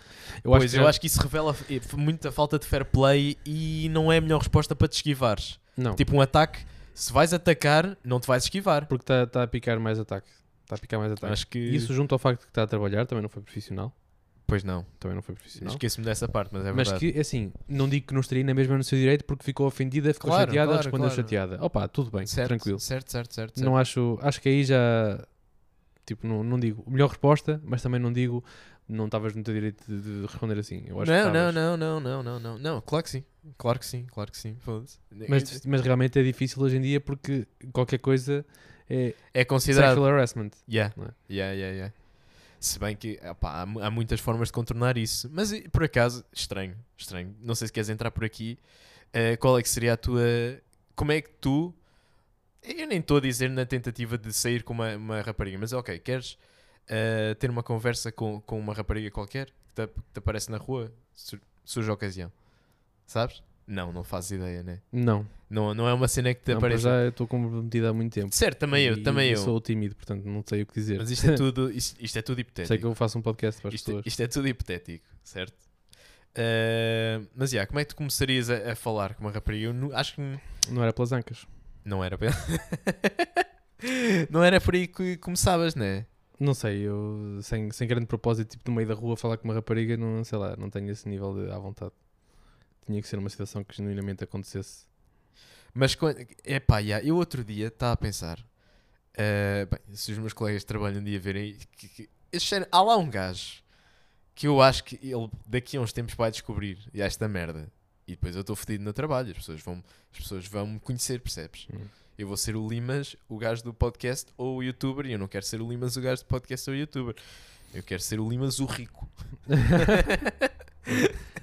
Eu
pois,
acho que
eu
já-
acho que isso revela eh, f- muita falta de fair play e não é a melhor resposta para te esquivares.
Não,
Tipo, um ataque, se vais atacar, não te vais esquivar.
porque está a picar mais ataque. Está a picar mais ataque.
Acho que.
E Isso junto ao facto de que está a trabalhar, também não foi profissional.
Pois não.
Também não foi profissional.
Esqueço-me dessa parte, mas é
Mas
verdade.
que, assim, não digo que não estaria na mesma no seu direito porque ficou ofendida, ficou
Claro,
chateada,
claro,
respondeu
claro.
chateada. Opa, tudo bem,
certo,
tranquilo.
Certo, certo, certo.
Não acho, acho que aí já, tipo, não, não digo melhor resposta, mas também não digo não estavas no teu direito de, de responder assim. Eu acho que
não, não,
estavas.
não, não, não, não, não, não. Claro que sim. Claro que sim, claro que sim. Foda-se.
Mas, mas realmente é difícil hoje em dia porque qualquer coisa é
é considerado.
sexual harassment.
Yeah.
Não é?
Yeah, yeah, yeah. Se bem que opá, há, mu- há muitas formas de contornar isso. Mas eh, por acaso, estranho, estranho. Não sei se queres entrar por aqui. Eh, qual é que seria a tua. Como é que tu. Eu nem estou a dizer na tentativa de sair com uma, uma rapariga, mas ok, queres eh, ter uma conversa com, com uma rapariga qualquer que te, que te aparece na rua? Sur- surge a ocasião. Sabes? Não, não fazes ideia, né?
Não,
Não, não é uma cena que te
não para
aparece.
já eu estou comprometido há muito tempo.
Certo, também eu,
E
também eu.
sou tímido, portanto não sei o que dizer.
Mas isto é tudo, isto, isto é tudo hipotético.
sei que eu faço um podcast para as
Isto,
pessoas.
isto é tudo hipotético, certo? Ah, mas, já, como é que tu começarias a, a falar com uma rapariga? Eu nu- acho que n-
Não era pelas ancas.
não era pela- não era por aí que começavas, né?
Não sei, eu sem, sem grande propósito, tipo no meio da rua falar com uma rapariga, não sei lá, não tenho esse nível de à vontade. Tinha que ser uma situação que genuinamente acontecesse.
Mas, é pá, eu outro dia estava a pensar... ah, bem, se os meus colegas de trabalho um dia verem que- que- esse género- há lá um gajo que eu acho que ele daqui a uns tempos vai descobrir e esta merda. E depois eu estou fedido no trabalho, as pessoas vão as pessoas vão me conhecer, percebes?
Hum.
Eu vou ser o Limas, o gajo do podcast ou o youtuber, e eu não quero ser o Limas, o gajo do podcast ou o youtuber. Eu quero ser o Limas, o rico.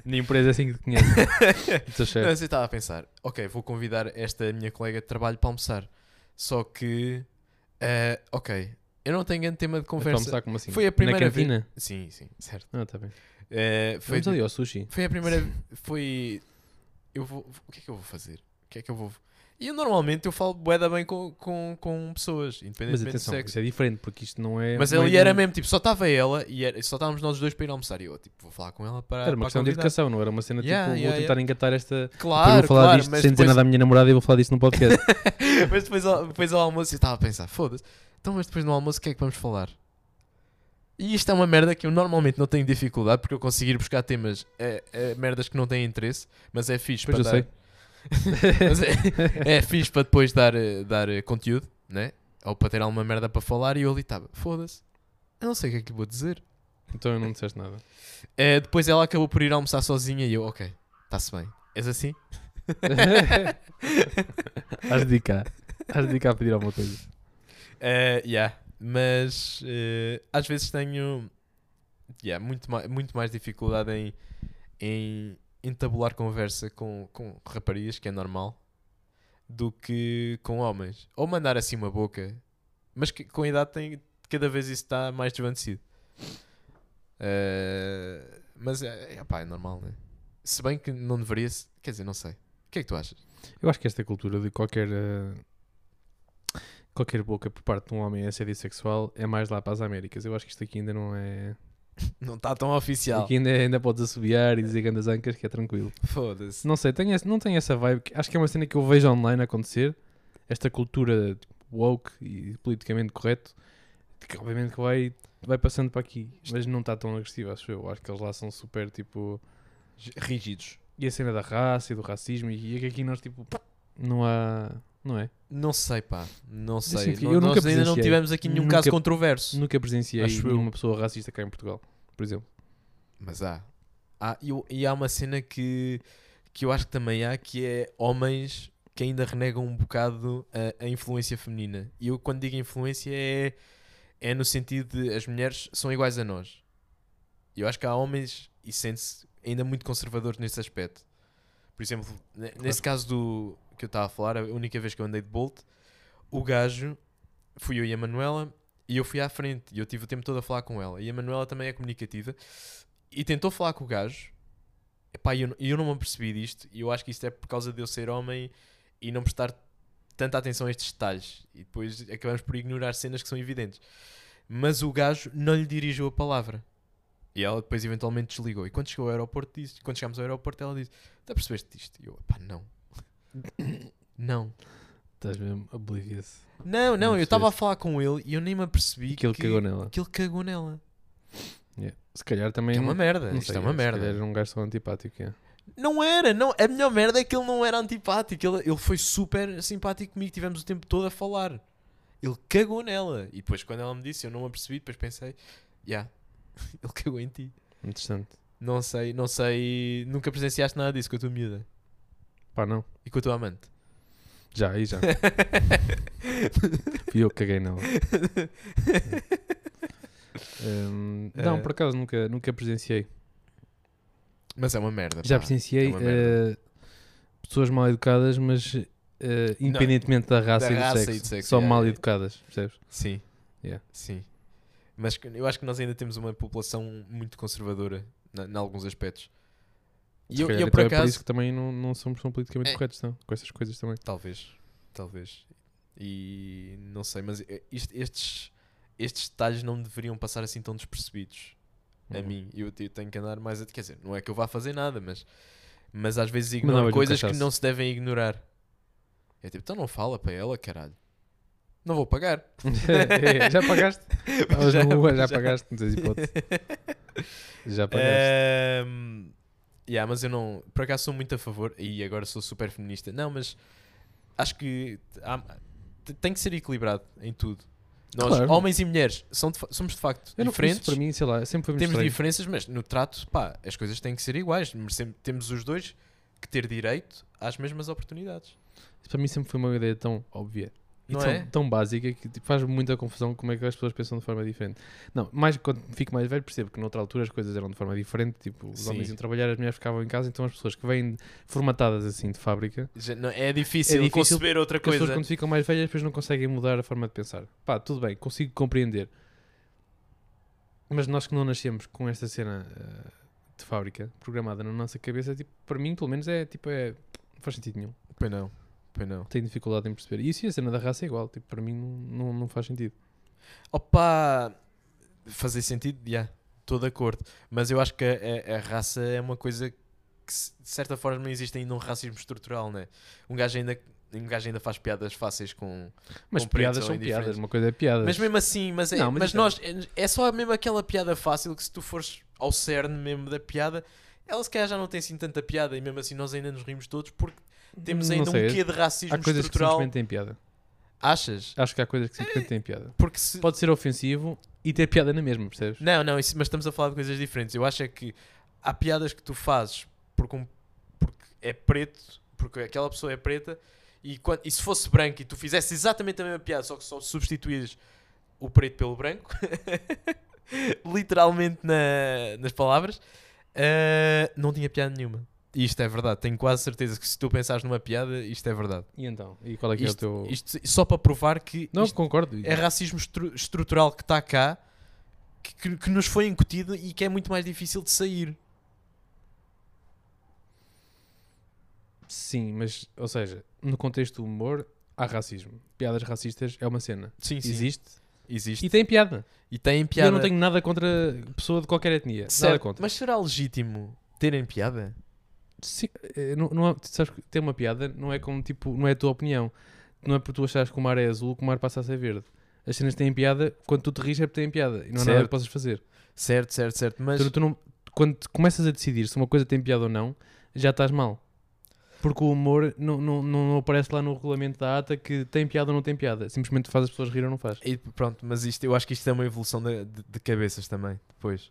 Na empresa é assim que te conhece.
Não,
Estou certo.
mas eu estava a pensar, ok, vou convidar esta minha colega de trabalho para almoçar. Só que, eh, ok, eu não tenho grande tema de
Vamos
conversa.
almoçar como assim?
Foi a primeira
Na
vez-
cantina?
Sim, sim, certo.
Ah, tá bem.
Eh, foi,
Vamos ali ao sushi.
foi a primeira. Foi. Eu vou. O que é que eu vou fazer? O que é que eu vou. E eu normalmente eu falo boeda bem com, com, com pessoas,
Mas
independentemente do
atenção,
sexo.
isso é diferente, porque isto não é...
Mas
não é
ali era
de-
mesmo, tipo, só estava ela e era- só estávamos nós dois para ir almoçar. E eu, tipo, vou falar com ela para.
Era uma
para
questão de
convidar.
educação, não era uma cena
Yeah,
tipo,
yeah,
vou tentar engatar esta... Depois
Claro,
vou falar
claro,
disto
mas
sem dizer
depois-
nada à minha namorada e vou falar disto no podcast.
mas depois ao, depois ao almoço eu estava a pensar, foda-se, então mas depois no almoço o que é que vamos falar? E isto é uma merda que eu normalmente não tenho dificuldade porque eu consigo ir buscar temas, é, é merdas que não têm interesse, mas é fixe
Pois eu
para
sei.
dar. Mas é, é fixe para depois dar, eh, dar eh, conteúdo, né? Ou para ter alguma merda para falar e eu ali estava, foda-se, eu não sei o que é que lhe vou dizer.
Então eu não disseste nada.
Eh, depois ela acabou por ir almoçar sozinha e eu, ok, está-se bem. És assim?
Hás de ir cá. Hás de ir cá a pedir alguma coisa.
Uh, yeah. Mas eh, às vezes tenho yeah, muito, mais, muito mais dificuldade em, em entabular conversa com, com raparigas, que é normal, do que com homens. Ou mandar assim uma boca, mas que, com a idade tem, cada vez isso está mais desvanecido. Eh, mas é, é, pá, é normal, né? Se bem que não deveria, se- quer dizer, não sei. O que é que tu achas?
Eu acho que esta cultura de qualquer eh, qualquer boca por parte de um homem é assédio sexual é mais lá para as Américas. Eu acho que isto aqui ainda não é.
Não está tão oficial.
Aqui ainda, ainda podes assobiar e dizer grandes ancas que é tranquilo.
Foda-se.
Não sei, tenho, esse- não tem essa vibe. que- Acho que é uma cena que eu vejo online acontecer. Esta cultura tipo, woke e politicamente correto, que obviamente que vai, vai passando para aqui. Mas não está tão agressiva, acho eu. Acho que eles lá são super tipo.
Rígidos.
E a cena da raça e do racismo, e é que aqui nós tipo. Não há. Não é?
Não sei, pá. Não sei.
Deixa-me ver.
Não-
Eu
nós
nunca
ainda não
presenciei.
tivemos aqui nenhum
Nunca-
caso controverso.
Nunca presenciei
Acho eu.
nenhuma pessoa racista cá em Portugal, por exemplo.
Mas há. há e, o- e há uma cena que, que eu acho que também há, que é homens que ainda renegam um bocado a, a influência feminina. E eu, quando digo influência, é, é no sentido de as mulheres são iguais a nós. E Eu acho que há homens, e sente-se, ainda muito conservadores nesse aspecto. Por exemplo, ne- nesse caso do que eu estava a falar, a única vez que eu andei de Bolt, o gajo, fui eu e a Manuela, e eu fui à frente, e eu tive o tempo todo a falar com ela. E a Manuela também é comunicativa, e tentou falar com o gajo. Epá, e eu, e eu não me apercebi disto, e eu acho que isto é por causa de eu ser homem e não prestar tanta atenção a estes detalhes. E depois acabamos por ignorar cenas que são evidentes. Mas o gajo não lhe dirigiu a palavra. E ela depois eventualmente desligou. E quando chegou ao aeroporto disse, quando chegámos ao aeroporto ela disse, "Tá percebeste disto?" E eu, "Epá, não." não.
Estás mesmo oblivious.
Não, não,
Não
eu estava a
percebeste.
falar com ele e eu nem me apercebi
E que ele cagou nela.
que ele cagou nela.
Yeah. Se calhar também.
Que é uma merda.
não
Isto
sei,
é uma
se
merda.
calhar era um gajo só antipático. yeah.
Não era, não. A melhor merda é que ele não era antipático. Ele, ele foi super simpático comigo. Tivemos o tempo todo a falar. Ele cagou nela. E depois, quando ela me disse, eu não me apercebi. Depois pensei, já, ele cagou em ti.
Interessante.
Não sei, não sei. Nunca presenciaste nada disso com a tua miúda
Pá, não.
e com a tua amante.
Já, aí já. Fui eu que caguei nela. Hum, não,
Eh.
por acaso nunca, nunca presenciei.
Mas é uma merda.
Já
pá.
presenciei
é uma merda.
eh, pessoas mal educadas, mas eh, independentemente da raça,
da
e, do
raça e do
sexo,
sexo,
só
yeah,
mal
yeah.
educadas, percebes?
Sim.
eh, Yeah.
Sim. Mas que- eu acho que nós ainda temos uma população muito conservadora em alguns aspectos. E
Se
eu,
calhar
e eu,
então
por
é por isso
acaso.
que também não, não somos tão politicamente
É.
corretos, não? Com essas coisas também.
Talvez, talvez. E não sei, mas eh, ist- estes, estes detalhes não deveriam passar assim tão despercebidos a
Uhum.
mim. Eu, te- tenho que andar mais a. Quer dizer, não é que eu vá fazer nada, mas, mas às vezes
Mandava-lhe
ignoro
um
coisas que
cachaço.
não é se devem ignorar. É tipo, então não fala para ela, caralho. Não vou pagar.
É, já pagaste? Estavas
Já-
na rua, já,
já.
pagaste, não tens hipótese. Já pagaste.
É, Ahm, yeah, mas eu não. Por acaso sou muito a favor. E agora sou super feminista. Não, mas acho que há- t- tem que ser equilibrado em tudo. Nós,
Claro.
homens e mulheres, são de fa- somos de facto
Eu não
diferentes.
isso para mim, sei lá, sempre foi
Temos
estranho.
diferenças, mas no trato, pá, as coisas têm que ser iguais. Merecem- Temos os dois que ter direito às mesmas oportunidades.
Isso para mim sempre foi uma ideia tão óbvia e
Não
tão,
é?
tão básica que tipo, faz muita confusão como é que as pessoas pensam de forma diferente. Não, mais quando fico mais velho percebo que noutra altura as coisas eram de forma diferente, tipo, os
Sim.
homens iam trabalhar, as mulheres ficavam em casa, então as pessoas que vêm formatadas assim de fábrica,
Já não- É difícil,
difícil
conceber outra
que as pessoas
coisa.
quando ficam mais velhas depois não conseguem mudar a forma de pensar. Pá, tudo bem, consigo compreender. Mas nós que não nascemos com esta cena eh, de fábrica programada na nossa cabeça, tipo, para mim pelo menos é tipo, é, não faz sentido nenhum.
Pois não, pois não.
tenho dificuldade em perceber. E isso e a cena da raça é igual, tipo, para mim não, não, não faz sentido.
Opa, fazer sentido, já, estou de acordo. Mas eu acho que a, a- a raça é uma coisa que, se- de certa forma, existe ainda um racismo estrutural, né? Um gajo ainda, um gajo ainda faz piadas fáceis com.
Mas
Com pretos
piadas
ou
são piadas,
indiferentes.
uma coisa é piadas.
Mas mesmo assim, mas, é,
Não, mas
mas
então-
nós, é só mesmo aquela piada fácil que se tu fores ao cerne mesmo da piada, ela se calhar já não tem assim tanta piada e mesmo assim nós ainda nos rimos todos porque temos
Não
ainda
sei,
um quê de racismo
há coisas
estrutural.
que simplesmente têm piada.
Achas?
Acho que há coisas que simplesmente têm piada.
Porque se,
Pode ser ofensivo e ter piada na mesma, percebes?
Não, não, isso- mas estamos a falar de coisas diferentes. Eu acho é que há piadas que tu fazes porque, um- porque é preto, porque aquela pessoa é preta, e, quan- e se fosse branco e tu fizesse exatamente a mesma piada, só que só substituías o preto pelo branco, literalmente na- nas palavras, ah, não tinha piada nenhuma. E isto é verdade, tenho quase certeza que se tu pensares numa piada, isto é verdade.
E então? E qual é que é o
Isto,
teu.
isto- só para provar que
não,
isto-
concordo.
é racismo estru- estrutural que está cá que, que- que nos foi incutido e que é muito mais difícil de sair.
Sim, mas, ou seja, no contexto do humor, há racismo. Piadas racistas é uma cena.
Sim,
Existe
Existe.
e tem piada.
E, têm
E
piada.
eu não tenho nada contra pessoa de qualquer etnia. Nada
Certo,
contra.
Mas será legítimo terem piada?
Sim, eh, não, não há- tu sabes que ter uma piada não é como tipo, não é a tua opinião. Não é porque tu achares que o mar é azul que o mar passa a ser verde. As cenas têm piada, quando tu te rires é porque têm piada e não há nada
Certo.
que possas fazer.
Certo, certo, certo. Mas
Tu, tu não, quando te começas a decidir se uma coisa tem piada ou não, já estás mal. Porque o humor não, não, não não aparece lá no regulamento da ata que tem piada ou não tem piada. Simplesmente faz as pessoas rir ou não faz.
E pronto, mas isto, eu acho que isto é uma evolução da- de, de cabeças também, depois.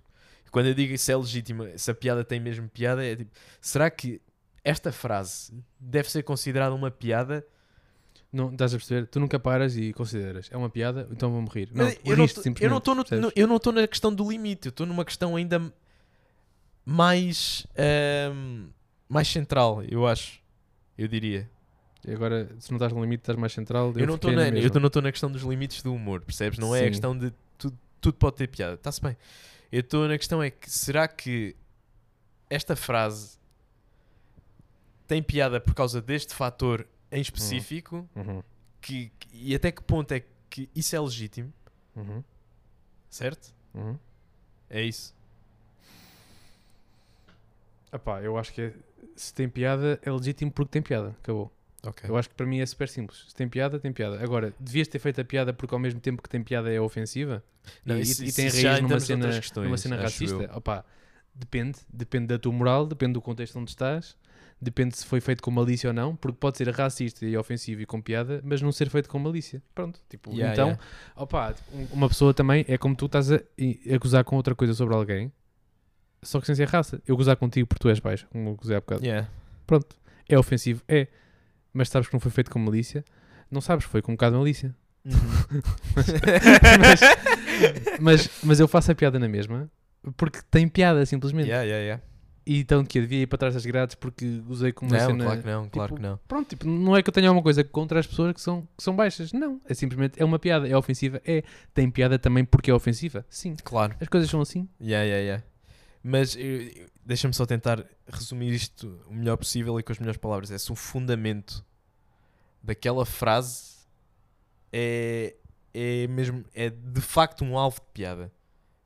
Quando eu digo isso é legítima, se a piada tem mesmo piada, é tipo, será que esta frase deve ser considerada uma piada?
Não, estás a perceber? Tu nunca paras e consideras. É uma piada, então vou-me rir. Não,
Mas
tu
eu, não
riste
tô- eu não
simplesmente.
estou no-
percebes?
no- eu não estou na questão do limite, eu estou numa questão ainda m- mais ahm, mais central, eu acho. Eu diria.
E agora, se não estás no limite, estás mais central.
Eu, não estou
fiquei
na, eu
mesma.
tô- não estou na questão dos limites do humor, percebes? Não é
Sim.
a questão de tudo, tudo pode ter piada. Está-se bem. Eu estou na questão é que será que esta frase tem piada por causa deste fator em específico
Uhum,
que, que- e até que ponto é que isso é legítimo,
uhum,
certo?
uhum.
É isso.
Epá, eu acho que é- se tem piada é legítimo porque tem piada. Acabou.
Ok.
Eu acho que para mim é super simples. Se tem piada, tem piada. Agora, devias ter feito a piada porque ao mesmo tempo que tem piada é ofensiva?
Não,
e,
isso-
e
isso
tem
já
raiz numa
entramos
cena,
noutras questões,
numa cena
acho
racista? Opá, depende. Depende da tua moral, depende do contexto onde estás, depende se foi feito com malícia ou não, porque pode ser racista e ofensivo e com piada, mas não ser feito com malícia. Pronto. Tipo,
Yeah,
então,
yeah.
opá, um- uma pessoa também é como tu estás a a acusar com outra coisa sobre alguém, só que sem ser raça. Eu gozar contigo porque tu és baixo, como eu gozei há bocado.
Yeah.
Pronto, é ofensivo, é. Mas sabes que não foi feito com malícia? Não sabes, foi com um bocado de malícia. Uhum. Mas, mas eu faço a piada na mesma porque tem piada, simplesmente.
Yeah, yeah, yeah.
E então que eu devia ir para trás das grades porque usei como uma
Não,
cena.
claro que não, claro
tipo,
que não.
Pronto, tipo, não é que eu tenha alguma coisa contra as pessoas que são, que são baixas. Não, é simplesmente é uma piada, é ofensiva, é. Tem piada também porque é ofensiva. Sim.
Claro.
As coisas são assim.
Yeah, yeah, yeah. Mas eu- eu- deixa-me só tentar resumir isto o melhor possível e com as melhores palavras. É se o fundamento daquela frase é, é mesmo, é de facto um alvo de piada.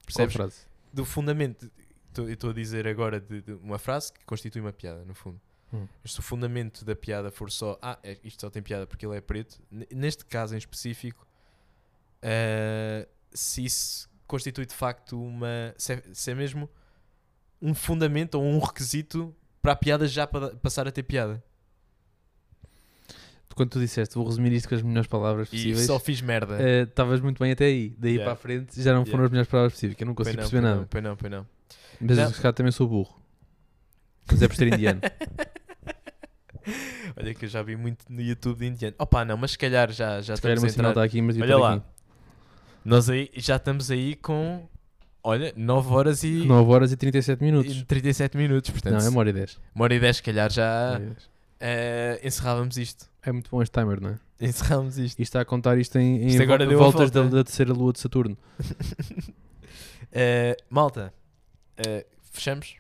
Qual
Percebes?
frase?
do fundamento. tô- Eu estou a dizer agora de, de uma frase que constitui uma piada, no fundo.
Hum.
Mas Se o fundamento da piada for só, ah, é- isto só tem piada porque ele é preto, n- neste caso em específico, ah, se isso constitui de facto uma. Se é, se é mesmo um fundamento ou um requisito para a piada já pa- passar a ter piada.
quando tu disseste, vou resumir isto com as melhores palavras
E
possíveis,
só fiz merda.
eh, estavas muito bem até aí. Daí
Yeah.
para a frente já não foram
Yeah.
as melhores palavras possíveis, que eu não
Pois
consigo
não,
perceber
pois
nada.
Não, pois não, pois não.
Mas
Não.
se calhar também sou burro. Mas é por ser indiano.
Olha que eu já vi muito no YouTube de indiano. Opa, não, mas se calhar já, já
se calhar
estamos a
o meu sinal
entrar.
está aqui, mas devia
Olha
estar
lá.
aqui.
Nós aí já estamos aí com, olha, 9 horas e,
9 horas e 37
e
minutos.
37 minutos. Portanto,
Não, é uma hora e 10.
uma hora e 10 se calhar já
Uma hora e 10.
eh, encerrávamos isto.
É muito bom este timer, não é?
Encerrávamos isto.
Isto está a contar isto em, em
Isto agora
vo-
deu a
voltas da,
volta.
da terceira lua de Saturno.
Eh, malta, eh, fechamos?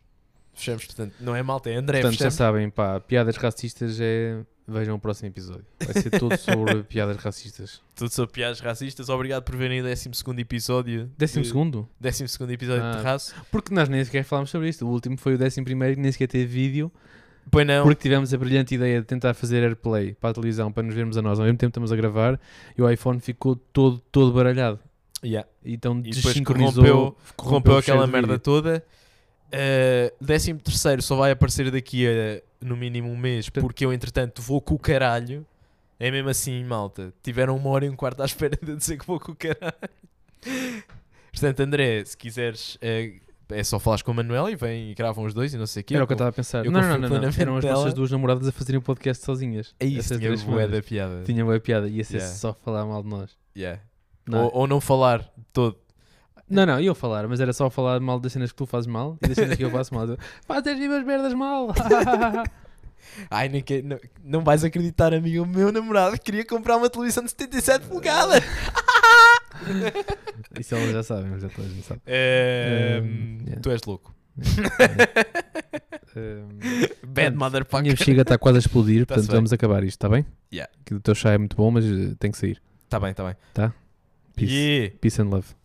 Fechamos, portanto, não é malta, é André,
Portanto, já
fechamos.
sabem, pá, piadas racistas é. Vejam o próximo episódio. Vai ser todo sobre piadas racistas.
Tudo sobre piadas racistas. Obrigado por verem o 12 episódio.
Décimo
de-
segundo?
12º episódio
Ah.
de Terraço.
Porque nós nem sequer falámos sobre isto. O último foi o décimo primeiro que nem sequer teve vídeo.
Pois não.
Porque tivemos a brilhante ideia de tentar fazer airplay para a televisão para nos vermos a nós. Ao mesmo tempo estamos a gravar e o iPhone ficou todo, todo baralhado.
Yeah.
Então
E depois
desincronizou.
corrompeu,
corrompeu
corrompeu
o cheiro
aquela
do
merda
vídeo.
toda. Eh, 13 terceiro só vai aparecer daqui a no mínimo um mês,
Portanto-
porque eu entretanto vou com o caralho. É mesmo assim, malta. Tiveram uma hora e um quarto à espera de eu dizer que vou com o caralho. Portanto, André, se quiseres, eh, é só falares com o Manuel e vem e gravam os dois e não sei o quê.
Era o que eu estava a pensar.
eu
Não, não,
confio
não, não, não.
plenamente
Eram as nossas
nela.
duas namoradas a fazerem um podcast sozinhas.
É isso,
Essas
tinha
três
bué da
semanas.
piada.
Tinha boa piada. Ia ser
Yeah. Oh.
só falar mal de nós.
Yeah.
Não, é?
Ou, ou não falar de todo.
não, não, eu falar, mas era só falar mal das cenas que tu fazes mal e das cenas que eu faço mal. Fazes as minhas merdas mal!
Ai, nem que- não, não vais acreditar, amigo. O meu namorado queria comprar uma televisão de 77 polegadas.
Isso elas já sabem, já toda a gente sabe.
Eh,
Um, yeah.
Tu és louco.
Hum,
Bad
Portanto, minha
motherfucker.
bexiga está tá quase a
Tá-se
explodir, portanto
bem.
vamos acabar isto, está bem?
Yeah.
Que o teu chá é muito bom, mas eh, tem que sair.
Tá bem, tá bem.
Peace.
Yeah.
Peace and love.